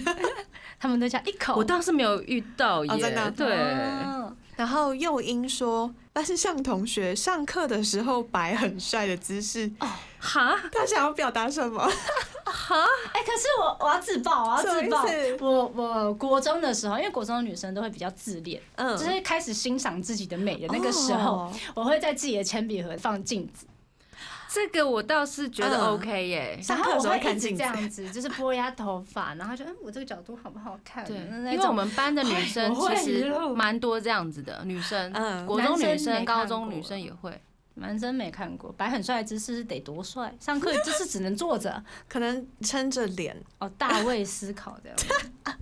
D: 他们都叫一口，
B: 我倒是没有遇到耶，
C: 哦真的啊
B: 对，
D: 嗯
C: 然后又因说，班上同学上课的时候摆很帅的姿势，
B: 哈，
C: 他想要表达什么？
D: 哎、可是我我要自爆，我要自爆
C: 什么意思。
D: 我我国中的时候，因为国中的女生都会比较自恋，
C: 嗯
D: 就是开始欣赏自己的美的那个时候，
C: 哦
D: 我会在自己的铅笔盒放镜子，
B: 这个我倒是觉得
C: 嗯
B: OK 耶。
C: 上
D: 然
C: 课
D: 后
C: 的
D: 我
C: 时候
D: 会
C: 会看
D: 一直
C: 镜
D: 这
C: 子，
D: 样子，就是拨压头发，然后就嗯，我这个角度好不好看？啊
B: 对，
D: 嗯那
B: 因为我
D: 种
B: 们班的女生
D: 哎我会
B: 其实
D: 了
B: 蛮多这样子的，女生，
C: 嗯
B: 国中女
D: 男生
B: 生、
D: 没看
B: 高中
D: 过
B: 女生也会。
D: 男生没看过，摆很帅的姿势是得多帅，上课就是只能坐着，
C: 可能撑着脸，
D: 哦，大卫思考这样，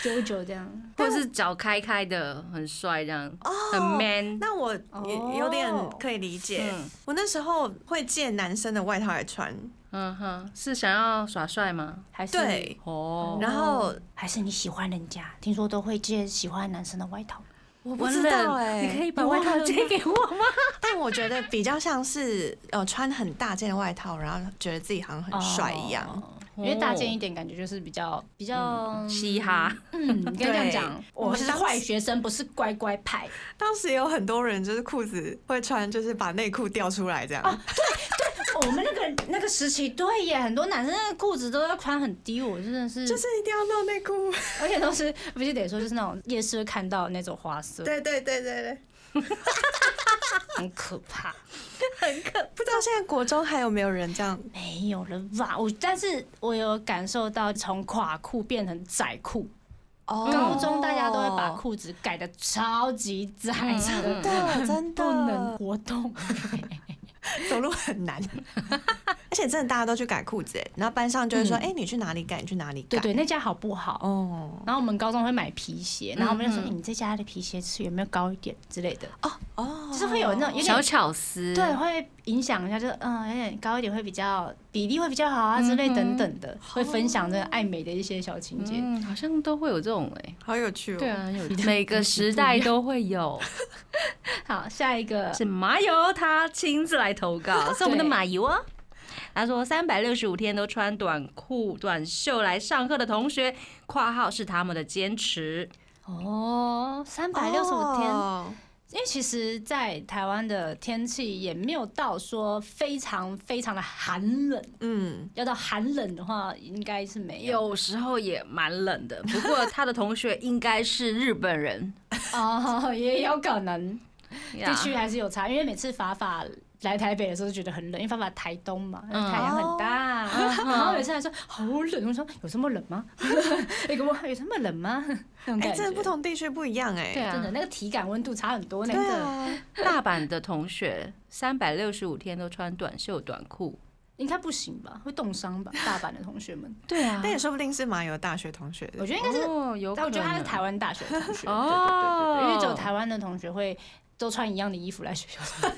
D: 九九这样，
B: 或是脚开开的，很帅这样，很 man。
C: 那我也有点
D: 哦
C: 可以理解。
B: 嗯
C: 我那时候会借男生的外套来穿，
B: 嗯哼，是想要耍帅吗？
D: 还是
C: 对，
B: 哦，
C: 然后
D: 还是你喜欢人家，听说都会借喜欢男生的外套。
C: 我不
B: 我
C: 知道哎、
B: 你可以把外套借给我 吗？
C: 但我觉得比较像是呃穿很大件的外套，然后觉得自己好像很帅一样。
D: 哦因为大件一点，感觉就是比较比较
B: 嘻哈。
D: 嗯，你跟这样讲，
C: 我
D: 我
C: 们
D: 是
C: 当时
D: 坏学生，不是乖乖 牌。
C: 当时有很多人就是裤子会穿，就是把内裤掉出来这样。
D: 哦我们那个那个时期，对耶，很多男生的裤子都要穿很低，我真的是，
C: 就是一定要露内裤，
D: 而且都是不是得说，就是那种夜市会看到那种花色，
C: 对对对对对，
D: 很可怕。
C: 不知道现在国中还有没有人这样？
D: 没有了吧？我但是我有感受到从垮裤变成窄裤，
C: 哦
D: 高中大家都会把裤子改的超级窄哦嗯的，
C: 哦真的真
D: 不能
C: 的
D: 活动。
C: 走路很难。哎、 而且真的大家都去改裤子，哎然后班上就会说，哎、你去哪里改？你去哪里改？
D: 嗯对对，那家好不好？
C: 哦
D: 然后我们高中会买皮鞋，然后我们就说哎
C: 嗯
D: 你这家的皮鞋尺有没有高一点之类的，
C: 哦，
D: 就是会有那种有
B: 小
D: 点
B: 巧思，
D: 嗯对，会影响一下，就是嗯，有点高一点会比较比例会比较好啊之类等等的，会分享这个爱美的一些小情节。
B: 嗯，好像都会有这种哎、
C: 好有趣哦。
B: 对啊，有每个时代都会有。
D: 好，下一个
B: 是麻油，他亲自来投稿，是我们的马油啊。他说，三百六十五天都穿短裤、短袖来上课的同学（括号是他们的坚持
D: 哦，三百六十五天，
C: 哦
D: 因为其实，在台湾的天气也没有到说非常非常的寒冷，
C: 嗯，
D: 要到寒冷的话，应该是），没有
B: 有时候也蛮冷的。不 过他的同学应该是日本人，
D: 哦，也有可能地
B: 地
D: 区还是有差，因为每次法法。来台北的时候就觉得很冷，因为法法台东嘛，
B: 嗯
D: 太阳很大， 然后有些人说好冷，我说有这么冷吗？ 一个问号有这么冷吗？ 那种
C: 哎、
D: 感
C: 真
D: 觉，
C: 的不同地区不一样哎、
B: 对啊
D: 真的那个体感温度差很多呢。
C: 对啊，
B: 大阪的同学三百六十五天都穿短袖短裤。
D: 应该不行吧？会冻伤吧？大阪的同学们，
B: 对啊
C: 但也说不定是马友大学同学的
D: 我觉得应该是
B: 哦，有可
D: 但
B: 能。
D: 我觉得他是台湾大学同学，对
B: 哦
D: 对对对对，因为只有台湾的同学会都穿一样的衣服来学 校上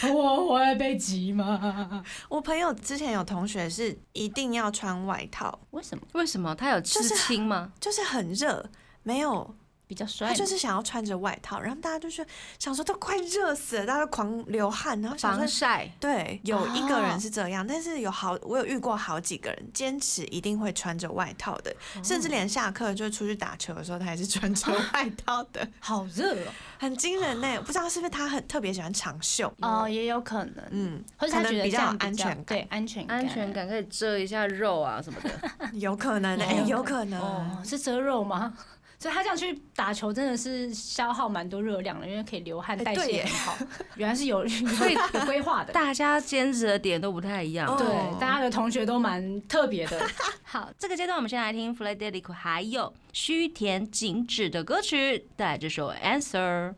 D: 学。我会被挤吗？
C: 我朋友之前有同学是一定要穿外套，
D: 为什么
B: 为什么他有刺
C: 就是
B: 青吗？
C: 就是很热，没有
D: 比较帅
C: 他
D: 吗？
C: 就是想要穿着外套，然后大家就是想说都快热死了，大家都狂流汗，然后 想
B: 防
C: 说。
B: 晒。
C: 对，有一个人是这样，但是有好，我有遇过好几个人坚持一定会穿着外套的， 甚至连下课就出去打球的时候，他还是穿着外套的，
D: 好热哦
C: 很惊人呢、我不知道是不是他很特别喜欢长袖，
D: 哦，也有可能，
C: 嗯，
D: 或者他
C: 可能
D: 觉得
C: 比
D: 这
C: 较有
D: 样
C: 安全
D: 对
C: 感，
D: 安全感，
B: 安全。感可以遮一下肉啊什么 的，
C: 有可能呢、
D: 哦
C: 哎有可能，
D: 哦，是遮肉吗？ 所以他这样去打球真的是消耗蛮多热量的，因为可以流汗，
C: 哎
D: 代
C: 对
D: 谢
C: 耶
D: 很好。原来是有 所以有规划 的。
B: 大家坚持的点都不太一样。
C: 哦
D: 对，大家的同学都蛮特别的。
B: 好，这个阶段我们先来听 f l a d e l i c 还有须田景子的歌曲，带来这首 Answer。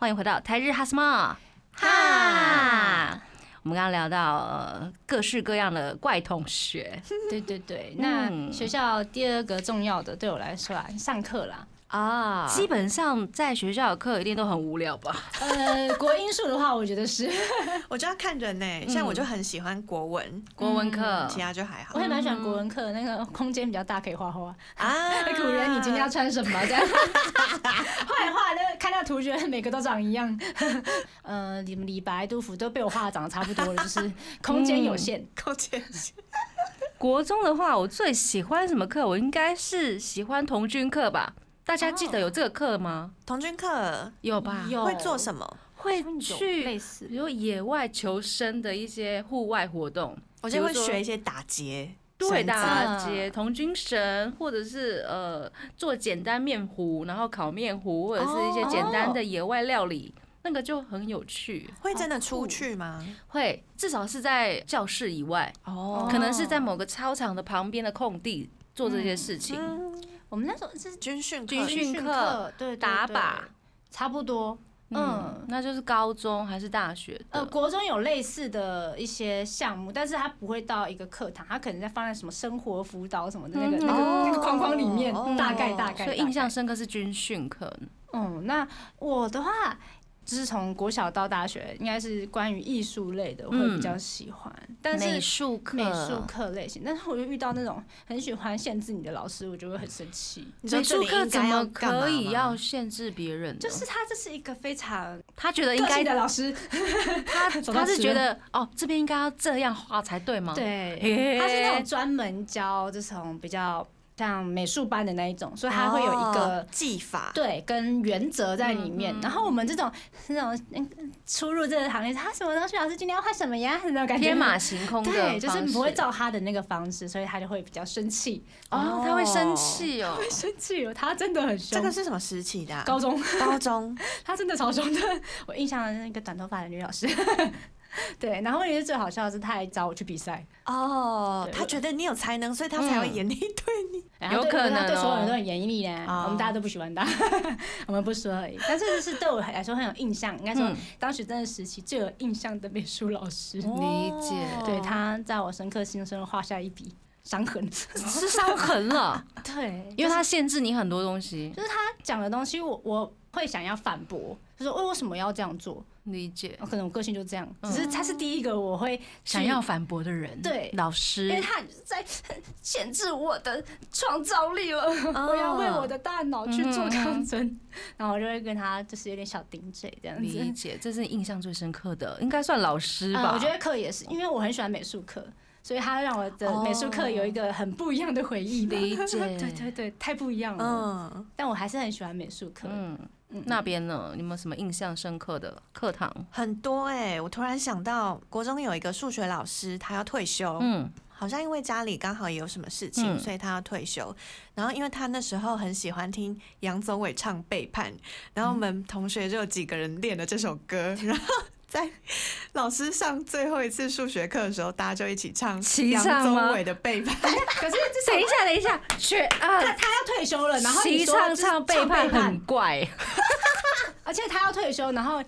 B: 欢迎回到台日哈什么哈
D: 哈。
B: 我们刚刚聊到呃各式各样的怪同学，
D: 对对对，
B: 嗯
D: 那学校第二个重要的对我来说啊，上课啦。
C: 啊
B: 基本上在学校的课一定都很无聊吧？
D: 呃，国英数的话，我觉得是，
C: 我就要看人呢、像我就很喜欢国文，嗯
B: 国文课
C: 其他就还好
D: 我也蛮喜欢国文课，那个 空间比较大，可以画画。
C: 啊
D: 哎，古人，你今天要穿什么？ 这样，画一画，那看到图觉得每个都长一样。呃，你们李白、杜甫都被我画的长得差不多了，就是 嗯空间有限。
C: 扣钱
B: 国中的话，我最喜欢什么课？我应该是喜欢童军课吧？大家记得有这个课吗？
C: 童军课
B: 有吧？
D: 有
C: 会做什么？
B: 会
D: 有类
B: 去
D: 似
B: 比如野外求生的一些户外活动，
C: 我就会
B: 比如说
C: 学一些打结，
B: 对打
D: 绳子
B: 结、童军绳，或者是呃做简单面糊，然后烤面糊，或者是一些简单的野外料理，那个就很有趣。
C: 会真的出去吗？
B: 会至少是在教室以外，
C: 哦
B: 可能是在某个操场的旁边的空地做这些事情。
D: 我们那时候是
C: 军训
B: 军
C: 课
B: 训课
D: 课，对，对
B: 打靶，
D: 对差不多。嗯
B: 嗯，那就是高中还是大学的？
D: 呃，国中有类似的一些项目，但是它不会到一个课堂，它可能在放在什么生活辅导什么的那个、
B: 嗯
D: 那个、
C: 哦
D: 那个框框里面，
C: 哦
D: 大概大概。
B: 所以印象
D: 是，
B: 深刻是军训课，
D: 嗯，那我的话。就是从国小到大学，应该是关于艺术类的，我会比较喜欢。但是
B: 美术课，
D: 美术课类型，但是我就遇到那种很喜欢限制你的老师，我就会很生气。
C: 你说
B: 美
C: 这
B: 术
C: 里
B: 课
C: 应
B: 怎
C: 该要
B: 么
C: 干嘛吗
B: 可以要限制别人呢？
D: 就是他这是一个非常
B: 他觉哦得应
D: 个
B: 该
D: 性的老师，
B: 他
D: 走到
B: 他是
D: 此
B: 觉得哦，这边应该要这样画才对吗？，
D: 对，
B: 嘿
D: 他是那种专门教这种比较像美术班的那一种，所以他会有一个、
C: 哦技法，
D: 对跟原则在里面。然后我们这种那种嗯出入这个行业，他什么东西老啊师今天要画什么呀？那种感觉
B: 天马行空的方
D: 对，
B: 式，
D: 就是不会照他的那个方式，所以他就会比较生气，
B: 哦，他会生气哦，
D: 生气了，他真的很凶。
C: 这个是什么时期的啊？
D: 高中，
C: 高中
D: 他真的超凶的。我印象的那个短头发的女老师， 对，然后问题是最好笑的是，他还找我去比赛，
C: 哦，
D: 对
C: 他觉得你有才能，所以他才会严厉 对你。
D: 然后
B: 有
D: 对
B: 可
D: 他
B: 能
D: 对所有
B: 哦
D: 人都很严厉呢。
C: 哦
D: 我们大家都不喜欢他， 我们不说而已。但是这是对我来说很有印象，应该说
B: 嗯
D: 当时真的时期最有印象的美术老师，
B: 理解
D: 对他在我深刻心中画下一笔伤痕。
B: 是伤痕了，
D: 对，
B: 因为他限制你很多东西。
D: 就是他讲的东西我，我会想要反驳，就说为为什么要这样做？
B: 理解，
D: 可能我个性就这样，只是他是第一个我会去
B: 嗯想要，反驳的人，
D: 对
B: 老
D: 因
B: 师，
D: 为他就是在限制我的创造力了，
C: 哦
D: 我要为我的大脑去做
B: 嗯哼
D: 抗争， 然后我就会跟他就是有点小顶嘴这样
B: 理
D: 子。
B: 解，这是你印象最深刻的，应该算老师
D: 嗯
B: 吧？
D: 我觉得课也是，因为我很喜欢美术课，所以他让我的美术课有一个很不一样的回忆吧。
B: 哦理解，
D: 对对对，太不一样了。
C: 嗯，
D: 但我还是很喜欢美术课。
B: 嗯
D: 嗯，
B: 那边呢？你有没有什么印象深刻的课堂？
C: 很多哎、我突然想到，国中有一个数学老师，他要退休，
B: 嗯，
C: 好像因为家里刚好也有什么事情，
B: 嗯
C: 所以他要退休。然后因为他那时候很喜欢听杨宗纬唱《背叛》，然后我们同学就有几个人练了这首歌，然后在老师上最后一次数学课的时候，大家就一起唱
B: 齐
C: 杨
B: 唱吗
C: 宗纬的《背叛》。
D: 可是这
B: 等一下，等一下，学
D: 他
B: 啊，
D: 他要退休了，然后你
B: 齐
D: 说
B: 唱
D: 就是
B: 唱背叛
D: 叛
B: 很怪，
D: 而且他要退休，然后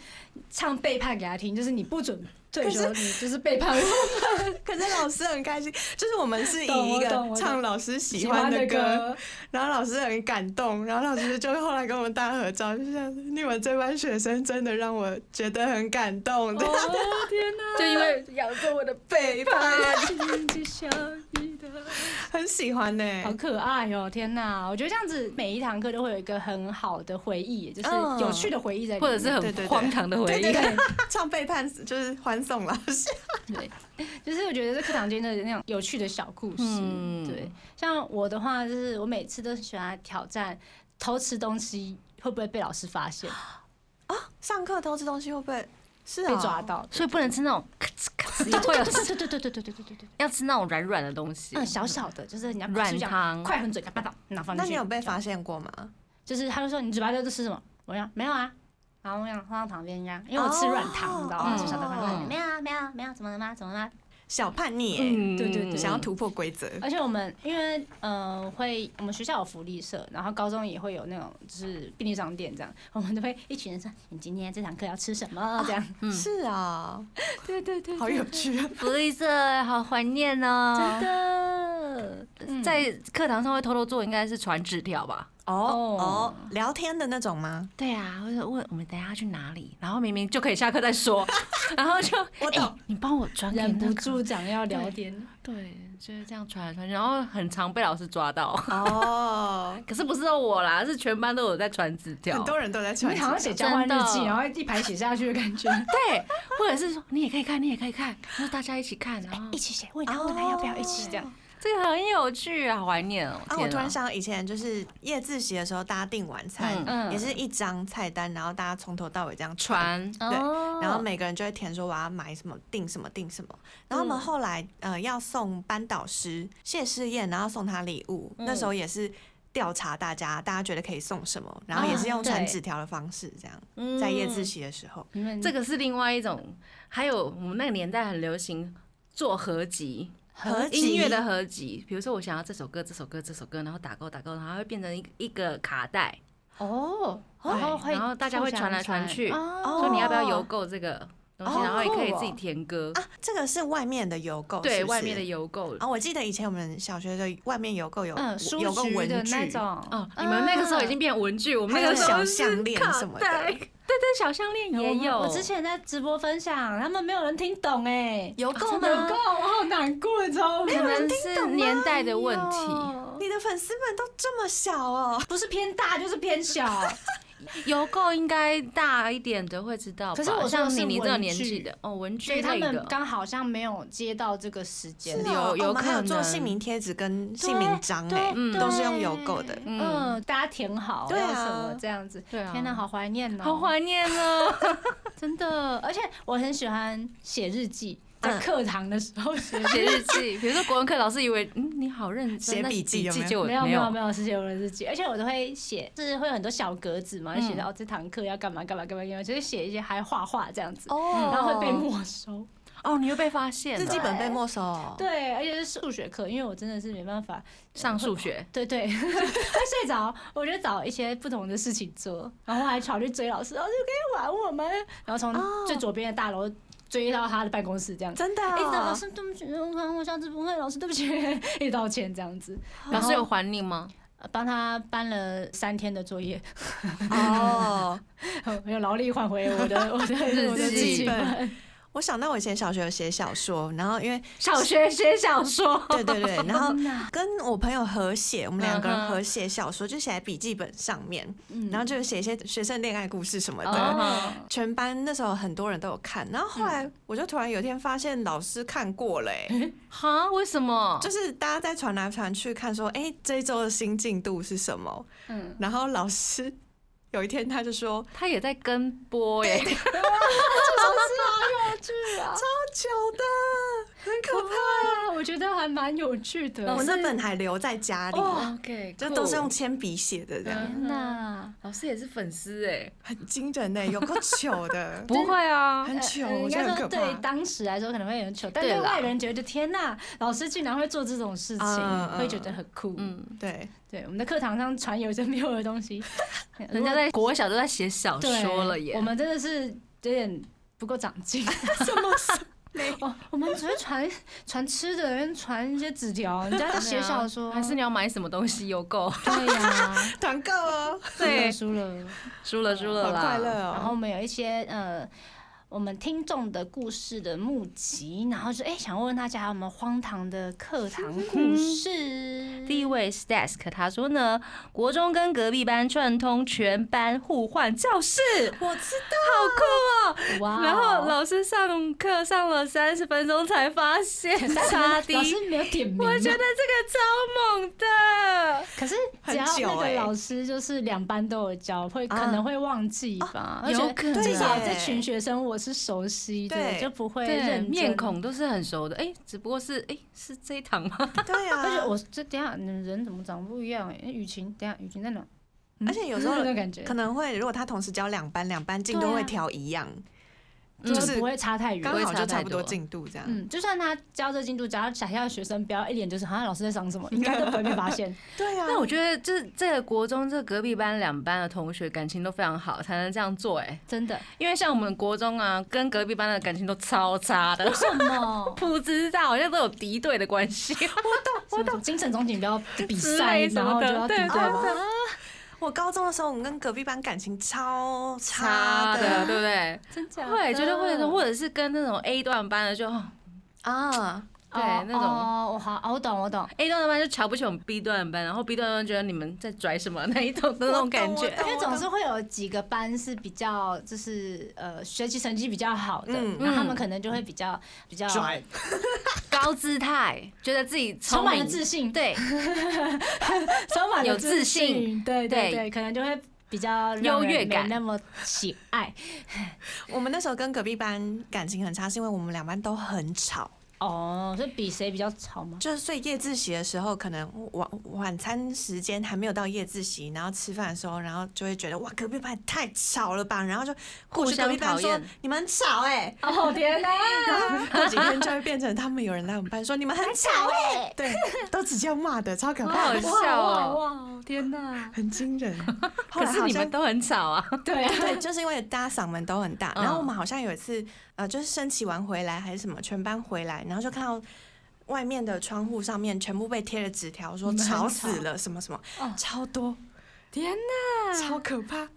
D: 唱背叛给他听，就是你不准退休，你就是背叛我。
C: 可是老师很开心，就是我们是
D: 懂
C: 以一
D: 我
C: 个
D: 懂我懂
C: 唱老师喜 欢的歌，，然后老师很感动，然后老师就后来跟我们大合照，就是这样子你们这班学生真的让我觉得很感动。对
D: 哦天哪！
B: 就因 为咬着我的背叛。
C: 很喜欢呢、
D: 好可爱哦！天哪，我觉得这样子每一堂课都会有一个很好的回忆，就是
C: 嗯
D: 有趣的回忆在里面，
B: 或者是
C: 对
B: 很
C: 对对
B: 荒唐的回
C: 对
B: 忆
C: 对。对，唱背叛就是欢送老师。
D: 对，就是我觉得这课堂间的那种有趣的小故事。
B: 嗯
D: 对，像我的话，就是我每次都喜欢挑战偷吃东西会不会被老师发现、
C: 上课偷吃东西会不会是、啊、
D: 被抓？到。
B: 所以不能吃那种咔哧咔哧，会有
D: 对对对对对对对对对对。
B: 要吃那种软软的东西。
D: 嗯，小小的，就是你要快
B: 软
D: 速这样
B: 糖
D: 快很嘴，把它拿放进
C: 那
D: 去。
C: 你有被发现过吗？
D: 就是他就说你嘴巴在这吃什么？我说没有啊，然后我想放到旁边这样，因为我吃软
C: 哦
D: 糖，你知道吗？
B: 嗯
D: 就想到旁边
B: 嗯
D: 没有啊，没有啊，没有啊，怎么了吗？怎么了吗？
C: 小叛逆、欸，
B: 嗯
D: 对对对
C: 想要突破规则。
D: 而且我们因为呃会，我们学校有福利社，然后高中也会有那种就是便利商店这样，我们都会一群人说你今天这堂课要吃什么这样。
B: 嗯
C: 是啊，
D: 哦对对对，
C: 好有趣啊！
B: 福利社好怀念哦，真的。在课堂上会偷偷做，应该是传纸条吧？
C: 哦
D: 哦
C: 哦，聊天的那种吗？
B: 对啊，或者问我们等一下去哪里，然后明明就可以下课再说，然后就
C: 我懂
B: 哎你帮我传给
D: 忍
B: 那
D: 不
B: 个
D: 住想要聊天，
B: 对，就是这样传来传去，然后很常被老师抓到。
C: 哎哦，
B: 可是不是只有我啦，是全班都有在传纸条，
C: 很多人都在
D: 你
C: 传
D: 们
C: 纸
D: 好
C: 条。
D: 像写交换日记，
B: 真的
D: 然后一排写下去的感觉。
B: 对，或者是说你也可以看，你也可以看，然后大家一起看，然后
D: 一起写，问他问他要不要一起这样。
B: 哎这个很有趣啊，好怀念哦。
C: 啊，
B: 天
C: 我突然想到以前就是夜自习的时候，大家订晚餐，
D: 嗯嗯
C: 也是一张菜单，然后大家从头到尾这样传，
B: 传
C: 对
D: 哦
B: 嗯
C: 然后每个人就会填说我要买什么订什么订什么。然后我
B: 嗯
C: 们后来呃要送班导师谢师宴，然后送他礼物，
B: 嗯
C: 那时候也是。调查大家，大家觉得可以送什么，然后
B: 啊
C: 也是用传纸条的方式，这样、在夜自
B: 习，
C: 习的时候，
D: 哦你们
B: 这个是另外一种。还有我们那个年代很流行做合集，
C: 合集
B: 音乐的合集，比如说我想要这首歌、这首歌、这首歌，然后打勾打勾，然后它会变成一个一个卡带，
D: 哦，
B: 对
D: 然后会
B: 哎然后大家会传来传去
D: 哦
B: 说你要不要邮购这个东西，
C: 哦
B: 然后也可以
D: 酷哦
B: 自己填歌，
C: 啊，哦这个是外面的邮购，是
B: 对
C: 不是
B: 外面的邮购。
C: 啊，我记得以前我们小学的外面邮购有、
D: 嗯书
C: 有个
D: 局
C: 文
D: 的
C: 具
D: 那种嗯
B: 哦，你们那个时候已经变文具，我们
C: 还
B: 那
C: 有
B: 个时候
C: 小
B: 是
C: 项链
B: 卡
C: 什么
B: 带
C: 的
B: 对对，小项链也有。
D: 我之前在直播分享，他们没有人听懂哎，
C: 邮
B: 啊
C: 购
B: 真
C: 吗？
B: 的
D: 有够，我好难过，你知道吗？
B: 可能是年代的问题，
C: 你的粉丝们都这么小哦，
D: 不是偏大就是 偏小，
B: 邮购应该大一点的会知道吧。
D: 可是我说
B: 像
D: 的是
B: 你你这个
D: 文
B: 年纪
D: 具
B: 的哦，文
D: 所
B: 具
D: 以他
B: 类
D: 们
B: 的，
D: 刚好像没有接到这个时间
B: 是。
C: 哦
B: 有有
C: 我们还有
B: 可
C: 做
B: 能
C: 姓名贴纸跟
D: 对
C: 姓名章
D: 对
C: 哎、
B: 嗯
C: 都是用邮购的。
D: 嗯、
B: 嗯
D: 大家填好
C: 对啊
D: 要什么这样子。
B: 对啊
D: 天哪，好怀念哦！
B: 好怀念哦。
D: 真的，而且我很喜欢写日记，在
C: 嗯
D: 课堂的时候写
B: 写日记，比如说国文课老师以为嗯你好认真，
C: 写
B: 但
C: 笔
B: 是
C: 记有没有
B: 就
D: 没有没有
B: 有
D: 没有是写我的日记，而且我都会写，就是会有很多小格子嘛，就写到哦这堂课要干嘛干嘛干嘛干嘛，就是写一些还画画这样子，
C: 哦
D: 然后会被没收。
B: 哦，你又被发现
C: 日记
B: 了，
C: 本被没收哦，
D: 对，而且是数学课，因为我真的是没办法，
B: 上数学，
D: 对对， 会睡着，我就找一些不同的事情做，然后还跑去追老师，老师可以玩我们，然后从
C: 哦
D: 最左边的大楼追到他的办公室这样子。
C: 真的、
D: 一直到老
C: 哦。
D: 师对不起，我我下次不会，老师对不起， 一直道歉这样子，
B: 老师有还你吗？
D: 呃帮他搬了三天的作业，
C: 哦，
D: 我有劳力换回我的 我的我的
B: 日记
D: 记本。
C: 我想到我以前小学有写小说，然后因 为
B: 小学写小 说，
C: 对 对对，然后
D: 天哪
C: 跟我朋友合写，我们两个
B: 嗯哼
C: 人合写小说，就写在笔记本上面，
D: 嗯
C: 然后就写一些学生恋爱故事什么的。
B: 哦嗯
C: 全班那时候很多人都有看，然后后来我就突然有一天发现老师看过了、欸，
B: 哈，为什么？
C: 就是大家在传来传去看说，哎、这一周的新进度是什么？
D: 嗯，
C: 然后老师有一天他就说，
B: 他也在跟播耶，
D: 好有趣啊！
C: 久的，很可怕。
D: 哇，啊我觉得还蛮有趣的。
C: 我那本还留在家里，
B: ，OK，
C: 就都是用铅笔写的，这样
B: 哦嗯
D: 天哪，
B: 老师也是粉丝哎，，
C: 很惊人呢、有够糗的
B: 不会啊，
C: 很糗，
D: 呃应
C: 真
D: 该
C: 的
D: 说
C: 很可
D: 对
C: 怕。
D: 当时来说可能会很糗，但
B: 对
D: 对
B: 啦
D: 外人觉得天呐，老师竟然会做这种事
C: 嗯
D: 情，
C: 嗯
D: 会觉得很酷。嗯，
B: 嗯，
C: 对，
D: 对，我们的课堂上传有真没有的东西，
B: 人家在国小都在写小
D: 对
B: 说了耶
D: 我，们真的是有点不够长 进。
C: 什么事？没
D: 哦，我们只会传传吃的，跟传一些纸条，人家在写小说，
B: 啊还是你要买什么东西邮 购？
D: 对呀，
C: 团购哦，
B: 对，
D: 输了。
B: 输了输了
C: 好
B: 啦，
C: 快乐
D: 然
C: 哦。
D: 后我们有一些呃，我们听众的故事的募集，然后就哎、想问问大家有没有荒唐的课堂故事？
B: 第一位 Stask 他说呢，国中跟隔壁班串通全班互换教室，
C: 我知
B: 好酷哦！
D: 哇哦，
B: 然后老师上课上了三十分钟才发 现差低，
D: 老师没有点名吗，啊
B: 我觉得这个超猛的。
D: 可是
C: 很
D: 只要
C: 久
D: 那
C: 欸
D: 个老师就是两班都有教，会
C: 啊
D: 可能会忘记吧，而且
B: 有可能
D: 至少
C: 对
D: 这群学生我是熟悉的，
C: 对
D: 就不会
B: 对，
D: 认真
B: 面。孔都是很熟的，哎、只不过是哎、是这一堂吗？
C: 道，对啊。
D: 而且我这等一下你人怎么长得不一样、欸？哎，雨晴，等一下雨晴在哪？嗯
C: 而且有时候
D: 那种感觉
C: 可能会，如果他同时教两班，两班进
D: 对
C: 度
D: 啊
C: 会调一样，
B: 嗯
C: 就是
D: 不会差太远，
C: 刚好
B: 不
C: 就差不
B: 会差太多
C: 多进度这样。
D: 嗯，就算他教这进度，只要想要学生不要一脸就是好啊像老师在上 什么，应该都不会被发现。
C: 对啊，
B: 那我觉得就是这个国中这隔壁班两班的同学感情都非常好，才能这样做哎、
D: 真 的？
B: 因为像我们国中啊，跟隔壁班的感情都超差的，
D: 什么？
B: 不知道好像都有敌对的关系。
D: 我懂。精神总体不要比
B: 之
D: 赛，
B: 类什
D: 然
B: 么
D: 后就
B: 的
D: 要敌
B: 对
D: 对。
C: 啊我高中的时候，我们跟隔壁班感情超
B: 差
C: 差
B: 的，
C: 的
B: 对不对？
D: 真假
B: 会，绝对会的，
D: 会
B: 或者是跟那种 A 段班的就哦
C: 啊，
B: 对那种
D: 哦，我好，哦我懂，我懂。
B: A 段班就瞧不起我们 B 段班，然后 B 段班觉得你们在拽什么那一种的那种 感
C: 我
B: 觉
C: 懂。
D: 因
C: 我
D: 为总是会有几个班是比较，就是呃，学习成绩比较好的，
C: 嗯
D: 然后他们可能就会比较比较
C: 拽，
B: 高姿态，觉得自己
D: 充
B: 聪
D: 满
B: 明
D: 了自信，
B: 对，
D: 充满了
B: 有自信
D: 信，对
B: 对
D: 对对，可能就会比较让人
B: 优越感
D: 没那么喜爱
C: 我们那时候跟隔壁班感情很差，是因为我们两班都很吵，
D: 哦，所以比谁比较吵吗？
C: 就是所以夜自习的时候，可能晚晚餐时间还没有到夜自习，然后吃饭的时候，然后就会觉得哇，隔壁班也太吵了吧，然后就过去 隔壁班
B: 互相讨
C: 说
B: 厌
C: 你们很吵 哎、
D: 哦天哪！
C: 然后过几天就会变成他们有人来我们班说你们很吵哎、 对，都只叫骂的，超可
B: 好
C: 怕
B: 好
C: 的，
B: 笑哦。
D: 哇！天哪！
C: 很惊 人。后
B: 可
C: 来
B: 是
C: 好
B: 你们
C: 像。
B: 都很吵啊，
D: 对啊，
C: 对，就是因为大家嗓门都很大，
B: 嗯
C: 然后我们好像有一次，呃，就是升旗完回来还是什么，全班回来，然后就看到外面的窗户上面全部被贴了纸条，说
D: 你们很
C: 吵死
D: 吵
C: 了，什么什么
D: 哦，
C: 超多，
B: 天
C: 哪，超可怕！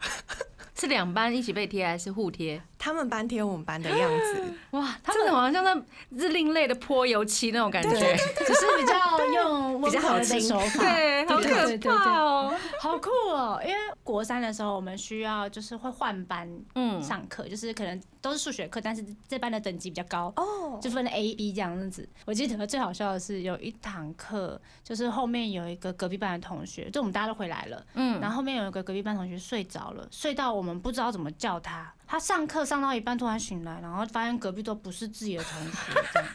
B: 是两班一起被贴还是互贴？
C: 他们班贴我们班的样子，
B: 哇，他们好像在是另类的泼油漆那种感觉，
D: 对，只是 比较用温和的手法，
B: 对，好
D: 对
B: 可
D: 对对对
B: 怕哦。
D: 好酷哦！因为国三的时候，我们需要就是会换班
B: 嗯，
D: 上课，就是可能都是数学课，但是这班的等级比较高。
C: 哦，
D: 就分 A、B 这样子。我记得最好笑的是有一堂课，就是后面有一个隔壁班的同学，就我们大家都回来了，
B: 嗯
D: 嗯，然后后面有一个隔壁班同学睡着了，睡到我们不知道怎么叫他，他上课上到一半突然醒来，然后发现隔壁都不是自己的同学，这样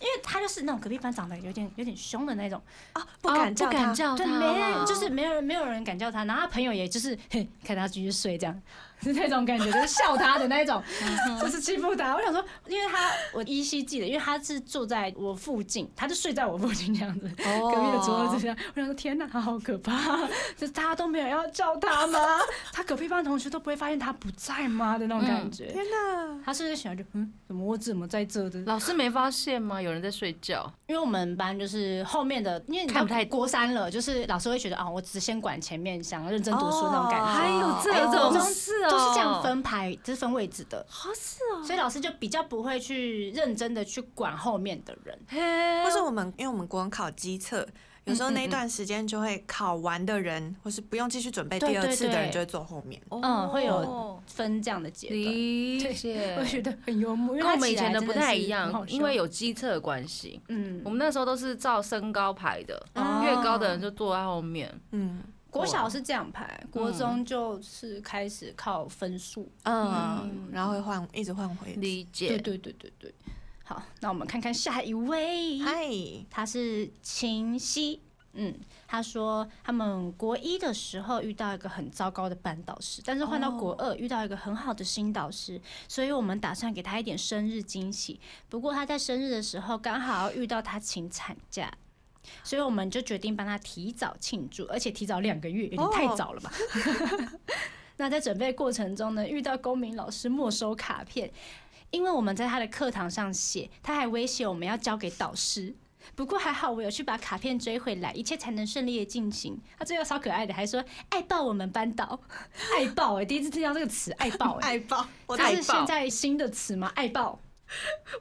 D: 因为他就是那种隔壁班长得有点有点凶的那种，
C: 啊，不敢
B: 哦
C: 叫
B: 不敢
C: 他，
B: 叫
D: 对，
B: 他
D: 没人
B: 哦
D: 就是没有人没有人敢叫他，然后他朋友也就是嘿看他继续睡这样，
E: 是那种感觉，就是笑他的那种，就是欺负他。我想说，因为他我依稀记得，因为他是住在我附近，他就睡在我附近这样子，
C: 哦
E: 隔壁的桌子这样。我想说，天哪，他好可怕！就是大家都没有要叫他吗？ 他隔壁班同学都不会发现他不在吗？的那种感觉。
C: 天哪！
E: 他是喜欢就嗯，怎么我怎么在这的？
B: 老师没发现吗？有人在睡觉，
D: 因为我们班就是后面的，因为你
B: 看不太
D: 国三了，就是老师会觉得啊，我只先管前面，想要认真读书那种感觉。
B: 还有哎这
D: 国
B: 种
D: 中
B: 事哦，
D: 都是这样分排，就是分位置的，
B: 好是哦，
D: 所以老师就比较不会去认真的去管后面的人。
B: 嘿
C: 或是我们，因为我们国文考机测，有时候那一段时间就会考完的人，或是不用继续准备
D: 对
C: 第二
D: 对
C: 次的人，
D: 对
C: 就会坐后面。
D: 嗯，会有分这样的阶段。
B: 哦理解，
E: 我觉得很幽默，因为
B: 跟
E: 他
B: 我们以
E: 起来
B: 前的
E: 真
B: 不太
E: 是
B: 一
E: 很好
B: 样，因
E: 笑
B: 为有机测的关系，
D: 嗯
B: 我，们那时候都是照身高排的，
C: 哦
B: 越高的人就坐在后面。
C: 嗯
D: 国小是这样排，国
B: 嗯
D: 中就是开始靠分数。
C: 嗯，然后会换，一直换回。
B: 理
D: 对
B: 解，
D: 对对对对。好，那我们看看下一位。
C: 嗨，
D: 他是秦熙。嗯，他说他们国一的时候遇到一个很糟糕的班导师，但是换到国二遇到一个很好的新导师，所以我们打算给他一点生日惊喜。不过他在生日的时候刚好遇到他请产假，所以我们就决定帮他提早庆祝，而且提早两个月，有点
C: 哦
D: 太早了吧。 那在准备过程中呢，遇到公民老师没收卡片，因为我们在他的课堂上写，他还威胁我们要交给导师。不过还好，我有去把卡片追回来，一切才能顺利的进行。他最后超可爱的，还说爱爆我们班导， 爱爆哎、第一次听到这个词， 爱爆哎、
C: 爱爆！我
D: 这
C: 爱
D: 是
C: 爆
D: 现！在新的词吗？爱爆，。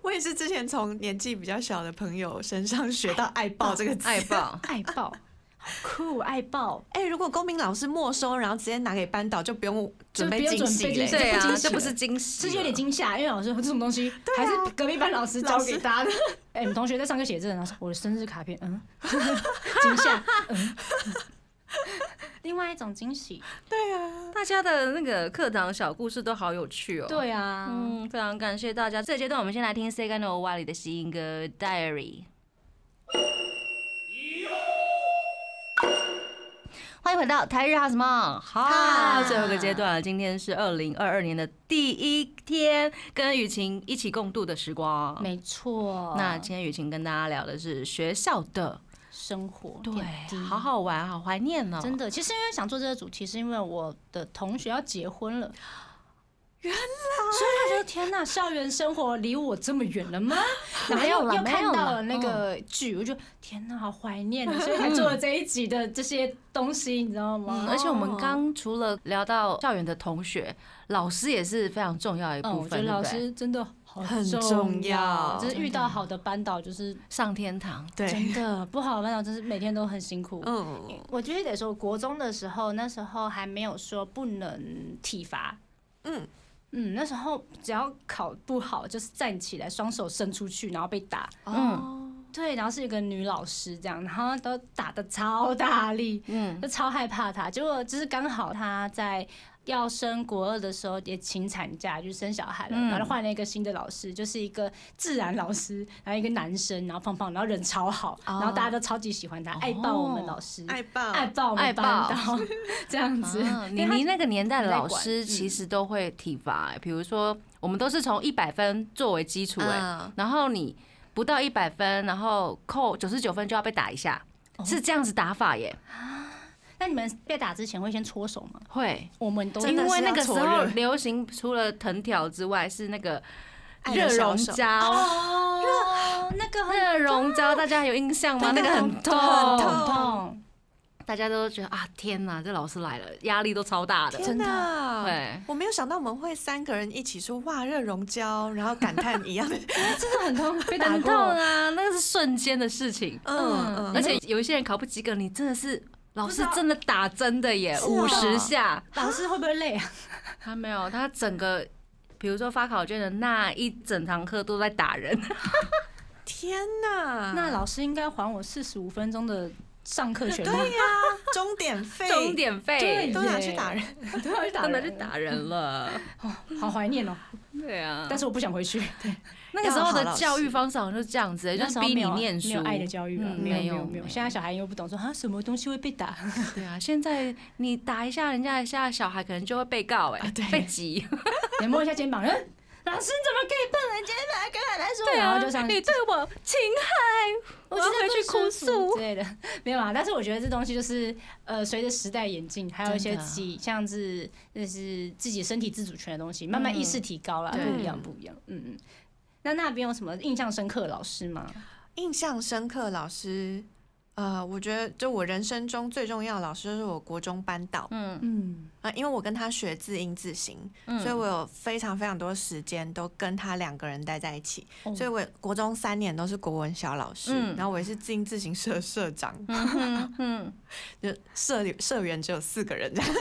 C: 我也是之前从年纪比较小的朋友身上学到“爱爆”这个词。
B: 爱爆
D: 爱爆，好酷，爱爆，
C: 哎、如果公民老师没收，然后直接拿给班导，就不用准备
E: 就不用
C: 惊
E: 准
C: 喜
E: 备惊
C: 嘞。
E: 喜
B: 对
E: 这不
B: 啊，
E: 惊喜
B: 这不
E: 了
B: 是惊喜，
E: 是有点。惊
C: 啊
E: 吓，因为老师说这种东西、
D: 啊
E: 还是隔壁班老师教给他的。
D: 哎、我们同学在上课写字，然后说我的生日卡片， 嗯，惊吓，嗯。 另外一种惊喜，
C: 对啊，
B: 大家的那个课堂小故事都好有趣哦。，
D: 对啊，
B: 嗯，非常感谢大家。这阶段我们先来听《Say Goodbye》里的吸音歌《Diary》。欢迎回到台日哈什么哈，最后一个阶段了，今天是二零二二年的第一天，跟雨晴一起共度的时光。
D: 没错。
B: 那今天雨晴跟大家聊的是学校的，
D: 生活
B: 对
D: 点滴，，
B: 好好玩，好怀念哦。
D: 真的，其实因为想做这个主题，是因为我的同学要结婚了。原来，所以他觉得天呐，校园生活离我这么远了吗？ 然后
A: 没有
D: 又
A: 啦
D: 又
A: 没
D: 看
A: 有
D: 到
A: 啦
D: 了那个剧，我就天呐，好怀念啊！所以才做了这一集的这些东西，你知道
B: 嗯，
D: 吗？
B: 而且我们刚除了聊到校园的同学，老师也是非常重要的一
D: 嗯，
B: 部
D: 我觉得
B: 分，
D: 老
B: 对不对？
D: 师真的好
C: 很重
D: 重
C: 要
D: 就是遇到好的班导，就是
B: 上天堂，
C: 对，
D: 真的 不好的班导，真是每天都很辛苦。
C: 嗯
D: 我觉得得说，国中的时候，那时候还没有说不能体罚。
C: 嗯，
D: 嗯，那时候只要考不好，就是站起来，双手伸出去，然后被打。
C: 嗯，
D: 对，然后是一个女老师这样，然后都打的超大力，
B: 嗯，
D: 就超害怕她。结果就是刚好她在要升国二的时候也请产假，就生小孩了，
B: 嗯
D: 然后换了一个新的老师，就是一个自然老师，然后一个男生，然后胖胖，然后人超好，然后大家都超级喜欢他，爱爆我们老师，
C: 爱爆！
D: 爱爆我
B: 哦
D: 们
B: 爱
D: 班
B: 爆
D: 导这样子。
B: 啊你
D: 因为他
B: 你那个年代的老
D: 在管
B: 师
D: 嗯
B: 其实都会体罚、欸，比如说我们都是从一百分作为基础、
C: 嗯
B: 欸，然后你不到一百分，然后扣九十九分就要被打一下，是这样子打法耶、
D: 那你们被打之前会先搓手吗？
B: 会，
D: 我们都
C: 真
B: 因
C: 的
B: 为
C: 是
B: 那
C: 要
B: 个时
C: 搓
B: 候
C: 热
B: 流行除了藤条之外是那个
C: 爱的
B: 热
C: 小
B: 熔
C: 手
B: 胶，
D: 哦，那个很
B: 热熔胶大家有印象吗？那
C: 对
B: 个很
C: 对很
B: 痛
C: 痛，
D: 痛，
B: 大家都觉得啊天哪，这老师来了，压力都超大的，
C: 天哪！
B: 对。
C: 我没有想到我们会三个人一起说哇热熔胶，然后感叹一样的，
D: 真的很 痛，被打
B: 很痛
D: 过。
B: 啊，那个是瞬间的事情。
C: 嗯
B: 而
C: 嗯，
B: 且有一些人考不及格，你真的是老师真的打真的耶，
D: 啊
B: 五十下。
D: 老师会不会累啊？
B: 他没有，他整个，比如说发考卷的那一整堂课都在打人。
C: 天哪！
D: 那老师应该还我四十五分钟的上课权利
C: 对，呀，钟点费，
B: 钟点费
D: 对
C: 都拿去打人，
D: 都要去打
B: 真的
D: 人，
B: 去打人了。
D: 好怀念哦。
B: 对啊，
D: 但是我不想回去。对，
B: 那个时候的教育方式好像就是这样子、欸，就是逼你念书，
D: 没有爱的教育了，啊
B: 嗯
D: 没有没
B: 没有
D: 有没有。现在小孩又不懂说啊，什么东西会被打？
B: 对啊，现在你打一下人家一下，小孩可能就会被告哎、
D: 啊对
B: 被挤，
D: 你摸一下肩膀，嗯，老师怎么可以碰人肩膀？跟他来说，然后就上
B: 你对啊我啊侵害，我要
D: 觉
B: 回
D: 得不
B: 去哭
D: 舒服
B: 诉
D: 之。类的， 没有啊。但是我觉得这东西就是呃，随着时代演进，还有一些
B: 真的啊
D: 自己像是就是自己身体自主权的东西，慢慢意识提高了，
B: 嗯对
D: 不一样，不一样。嗯嗯。那那边有什么印象深刻的老师吗？
C: 印象深刻老师，呃，我觉得就我人生中最重要的老师就是我国中班导
B: 嗯
D: 嗯，
C: 啊、因为我跟他学字音字形，
B: 嗯
C: 所以我有非常非常多时间都跟他两个人待在一起，
D: 哦
C: 所以我国中三年都是国文小老师，
B: 嗯
C: 然后我也是字音字形社社长，
B: 嗯嗯，
C: 就社里社员只有四个人这样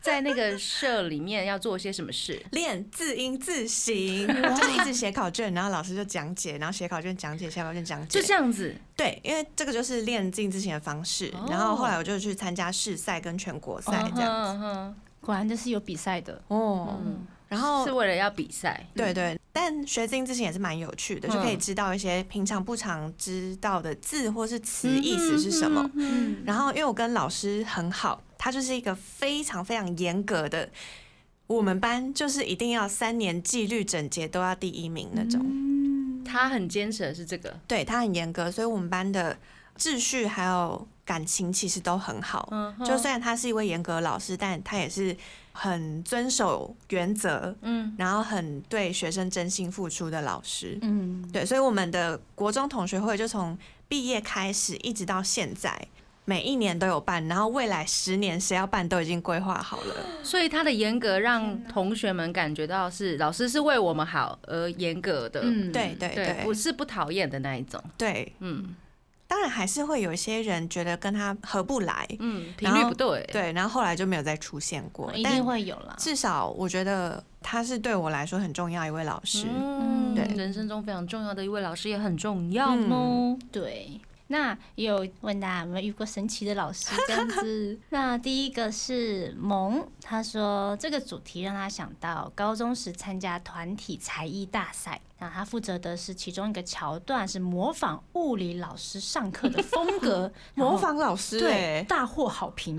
B: 在那个社里面要做些什么事？
C: 练字音字形，就是一直写考卷，然后老师就讲解，然后写考卷讲解，写考卷讲 解，
B: 就这样子，
C: 对，因为这个就是练字音字形的方式。
B: 哦
C: 然后后来我就去参加市赛跟全国赛这样
B: 嗯
C: 子。
B: 哼
D: 果然就是有比赛的，
C: 哦，
B: 嗯
C: 然后
B: 是为了要比赛。
C: 对对，但学字音字形也是蛮有趣的，就可以
B: 嗯
C: 知道一些平常不常知道的字或是词
B: 嗯
C: 意思是什么。
D: 嗯，
C: 然后因为我跟老师很好，他就是一个非常非常严格的，我们班就是一定要三年纪律整洁都要第一名那种。
B: 嗯他很坚持的是这个，
C: 对他很严格，所以我们班的秩序还有感情其实都很好。
B: 嗯哼
C: 就虽然他是一位严格的老师，但他也是很遵守原则，
B: 嗯，
C: 然后很对学生真心付出的老师。
D: 嗯，
C: 对，所以我们的国中同学会就从毕业开始一直到现在，每一年都有办，然后未来十年谁要办都已经规划好了。
B: 所以他的严格让同学们感觉到是老师是为我们好而严格的，
D: 嗯，
C: 对对
B: 对，
C: 对
B: 不是不讨厌的那一种，
C: 对，
B: 嗯
C: 当然还是会有一些人觉得跟他合不来，
B: 嗯，频
C: 然
B: 率
C: 后
B: 不对，
C: 对，然后后来就没有再出现
D: 嗯
C: 过，
F: 一
C: 但
F: 定会有啦。
C: 至少我觉得他是对我来说很重要一位老师。
B: 嗯，
C: 对，
B: 人生中非常重要的一位老师也很重要哦。
F: 对，那也有问大家有没有遇过神奇的老师这样子。那第一个是萌，他说这个主题让他想到高中时参加团体才艺大赛，那他负责的是其中一个桥段是模仿物理老师上课的风格然后
C: 模仿老师、
D: 对
C: 欸，，
D: 大获好评。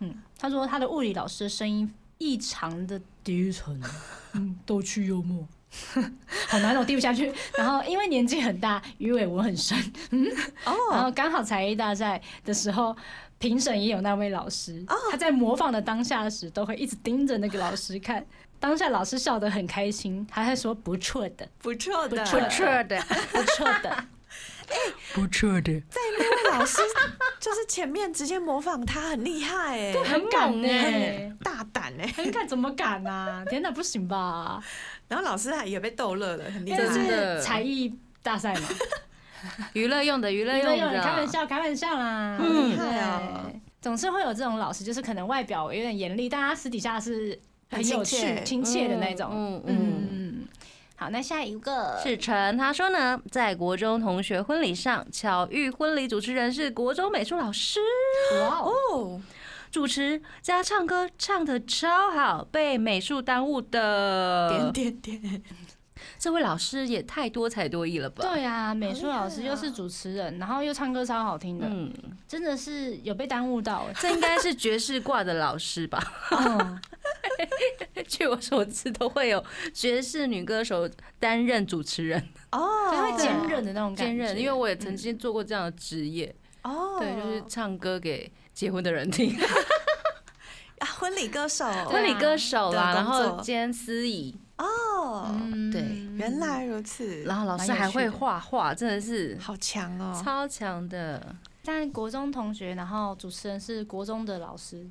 D: 嗯，他说他的物理老师的声音异常的低沉，嗯，逗趣幽默，好难哦我低不下去。然后因为年纪很大，鱼尾纹很深，嗯，然后刚好才艺大赛的时候。评审也有那位老师，他在模仿的当下时，都会一直盯着那个老师看。当下老师笑得很开心，还会说不错的，
C: 不错的，
B: 不
D: 不错
B: 错的，
D: 不错的。
C: 那位老师 就是前面直接模仿他，很厉害哎、
D: 很敢呢、
C: 很大胆哎、
D: 很敢怎么敢呐、天哪，不行吧？
C: 然后老师还也被逗乐了，很厉害。
D: 但
B: 真的
D: 是才艺大赛 嘛，
B: 娱乐用的，娱乐
D: 没有
B: 用
D: 有人开玩
B: 的。
D: 笑，开玩笑啦，
C: 嗯
D: 对不
C: 厉害
D: 对
C: 哦
D: 总是会有这种老师，就是可能外表有点严厉，但他私底下是很有趣、
C: 很亲切
D: 亲切的那种。
B: 嗯嗯，
D: 嗯，
F: 好，那下一个
B: 世成他说呢，在国中同学婚礼上巧遇婚礼主持人是国中美术老师，
D: 哇哦，
C: 哦，
B: 主持加唱歌唱的超好，被美术耽误
C: 点
D: 呃
B: 的。
C: 点点，
B: 这位老师也太多才多艺了吧？，
D: 对啊，美术老师又是主持人，然后又唱歌超好听的，
B: 嗯，
D: 真的是有被耽误到哎。
B: 这应该是爵士挂的老师吧？ 哦
D: 嗯，
B: 据我所知，都会有爵士女歌手担任主持人，
C: 哦，
D: 就会坚韧的那种感觉。
B: 兼任，因为我也曾经做过这样的职业，
C: 哦，
B: 对，就是唱歌给结婚的人听，
C: 啊，婚礼歌手
B: 婚礼歌手啦，
C: 对
B: 然
C: 工作
B: 后兼司仪，
C: 哦，
D: 嗯
B: 对，
C: 原来如此，
B: 然后老师还会画画，真的是
C: 好强哦，
B: 超强的。
F: 但国中同学，然后主持人是国中的老师，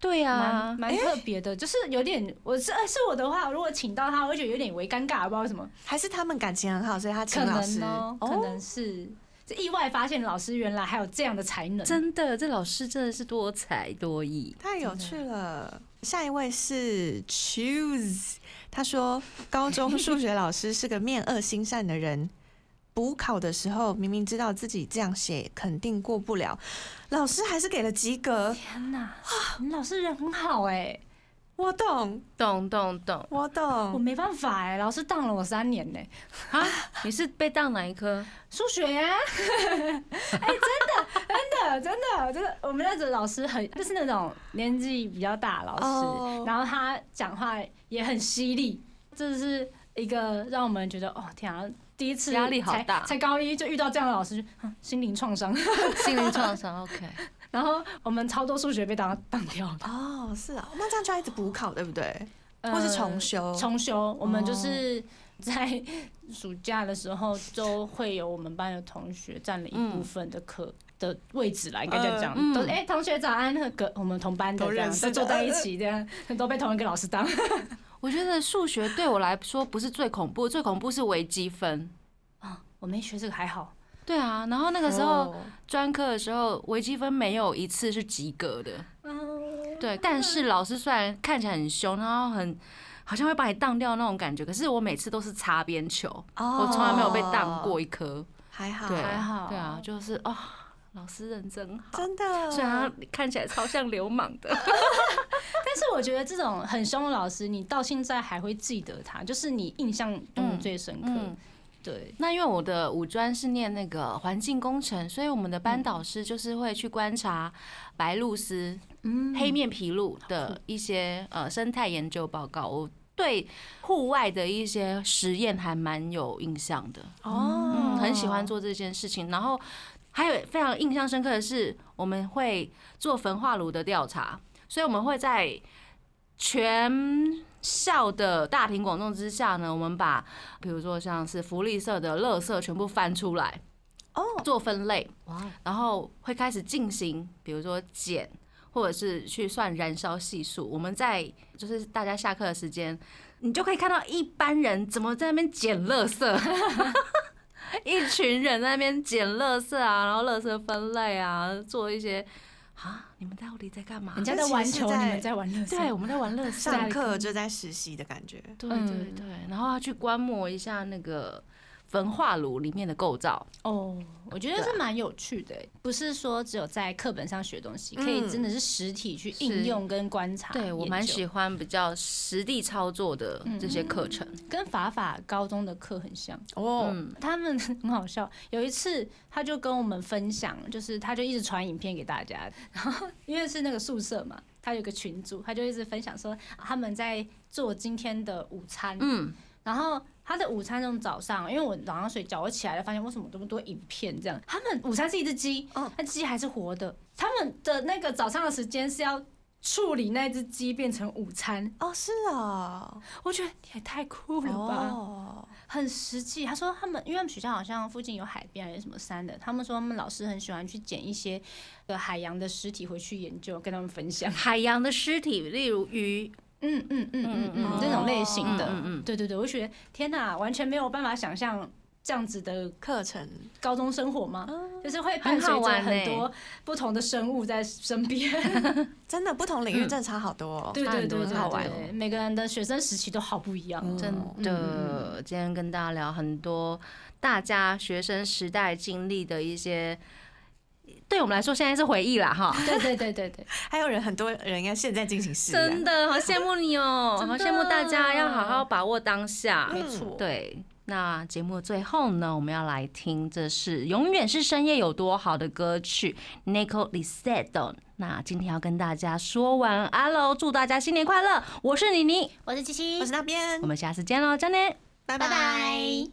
B: 对啊
D: 蛮，蛮特别的，就是有点，我是呃是我的话，如果请到他，我会觉得有点微尴尬，不知道为什么，
C: 还是他们感情很好，所以他请
D: 可
C: 老师
D: 能哦，可能是就意外发现老师原来还有这样的才能，
B: 真的，这老师真的是多才多艺。
C: 太有趣了。下一位是 Choose，他说高中数学老师是个面恶心善的人。补考的时候，明明知道自己这样写肯定过不了，老师还是给了及格。
D: 啊天哪，你老师人很好哎、
C: 我懂，
B: 懂懂懂
C: 我
D: 我
C: 懂，
D: 没办法哎、老师当了我三年欸呢、
B: 啊！你是被当哪一 科？
D: 数学 呀、哎、真的，真的，真的，真的，我们那个老师很，就是那种年纪比较大的老师
C: 哦
D: 然后他讲话也很犀利，这是一个让我们觉得哦天啊，第一次
B: 压力好
D: 才
B: 大
D: 才高一就遇到这样的老师，就哼心灵创伤。
B: 心灵创伤。OK，
D: 然后我们超多数学被当当掉了，
C: 哦，是啊，那这样就要一直补考，对不对？或是
D: 呃
C: 重修？
D: 重修，我们就是在暑假的时候都会有我们班的同学占了一部分的课。的位置啦，应该这样
B: 嗯
D: 讲，都是哎、同学早安，那个我们同班的
C: 都
D: 这样
C: 认，识
D: 都
C: 的
D: 坐在一起这样，都被同一个老师当。
B: 我觉得数学对我来说不是最恐怖，最恐怖是微积分。
D: 啊，我没学这个还好，
B: 对啊，然后那个时候
C: 哦
B: 专科的时候，微积分没有一次是及格的。对，但是老师虽然看起来很凶，然后很好像会把你当掉那种感觉，可是我每次都是擦边球，我
C: 哦
B: 从来没有被当过，一科。
C: 还好，
B: 对，
D: 还好
B: 对啊，就是哦，老师人真好，
C: 真的，
B: 虽然他看起来超像流氓的。
D: 但是我觉得这种很凶的老师，你到现在还会记得他，就是你印象中最深刻。
B: 嗯，
D: 对，
B: 那因为我的五专是念那个环境工程，所以我们的班导师就是会去观察白鹭鸶、黑面琵鹭的一些呃生态研究报告。我对户外的一些实验还蛮有印象的，
C: 哦，
B: 嗯，很喜欢做这件事情。然后还有非常印象深刻的是，我们会做焚化炉的调查，所以我们会在全校的大庭广众之下呢，我们把比如说像是福利社的垃圾全部翻出来，
C: 哦，
B: 做分类，然后会开始进行，比如说减。或者是去算燃烧系数，我们在就是大家下课的时间，你就可以看到一般人怎么在那边捡垃圾， 一群人在那边捡垃圾啊，然后垃圾分类啊，做一些啊，你们到底在干嘛？
D: 人家在玩球，
C: 这其实是在
D: 你们在玩乐。
B: 对，我们在玩垃圾。
C: 上课就在实习的感觉，
B: 对
D: 嗯
B: 对对，然后要去观摩一下那个焚化炉里面的构造。
D: 哦，我觉得
B: 啊
D: 是蛮有趣的欸、不是说只有在课本上学东西，可以
C: 嗯
D: 真的是实体去
B: 是
D: 应用跟观察。
B: 对我蛮喜
D: 欢，
B: 欢比较实地操作的这些课程。
D: 跟法法高中的课很像。
C: 哦，
B: 嗯，
D: 他们很好笑，有一次他就跟我们分享，就是他就一直传影片给大家，然后因为是那个宿舍嘛，他有个群组，他就一直分享说啊他们在做今天的午餐，
B: 嗯，
D: 然后他的午餐从早上，因为我早上睡觉，我起来了发现为什么这么多影片这样，他们午餐是一只鸡
C: 嗯，
D: 那鸡还是活的，他们的那个早上的时间是要。处理那只鸡变成午餐，
C: 哦，是啊，
D: 我觉得你也太酷了吧！
C: 哦，
D: 很实际。他说他们，因为他们学校好像附近有海边还是什么山的，他们说他们老师很喜欢去捡一些呃海洋的尸体回去研究，跟他们分享。
B: 海洋的尸体，例如鱼，
D: 嗯嗯嗯嗯
B: 嗯
D: 嗯，这种类型的，
B: 嗯嗯嗯
D: 对对对，我就觉得天哪，完全没有办法想象。这样子的
C: 课程
D: 高中生活吗？就是会
B: 很
D: 伴随
B: 好
D: 着
B: 玩
D: 很
B: 欸
D: 多不同的生物在身边，
C: 真的不同领域真的差好多哦，
D: 对
B: 差
D: 对
B: 很多
D: 对
B: 很好
D: 对
B: 玩
D: 对，每个人的学生时期都好不一样。
C: 嗯
B: 真的，今天跟大家聊很多大家学生时代经历的一些，对我们来说现在是回忆啦哈。
D: 对对对对对，
C: 还有人很多人应该现在进行啊试验
B: 真，的好羡慕你哦、好羡慕大家，要好好把握当下。
C: 没
D: 错
B: 对。那节目的最后呢，我们要来听这是《永远是深夜有多好》的歌曲 n i c o l i s e t o 那今天要跟大家说晚安喽，祝大家新年快乐！我是妮妮，
A: 我是七七
C: 我，是那边
B: 我，们下次见喽，再见。
C: 拜
A: 拜拜。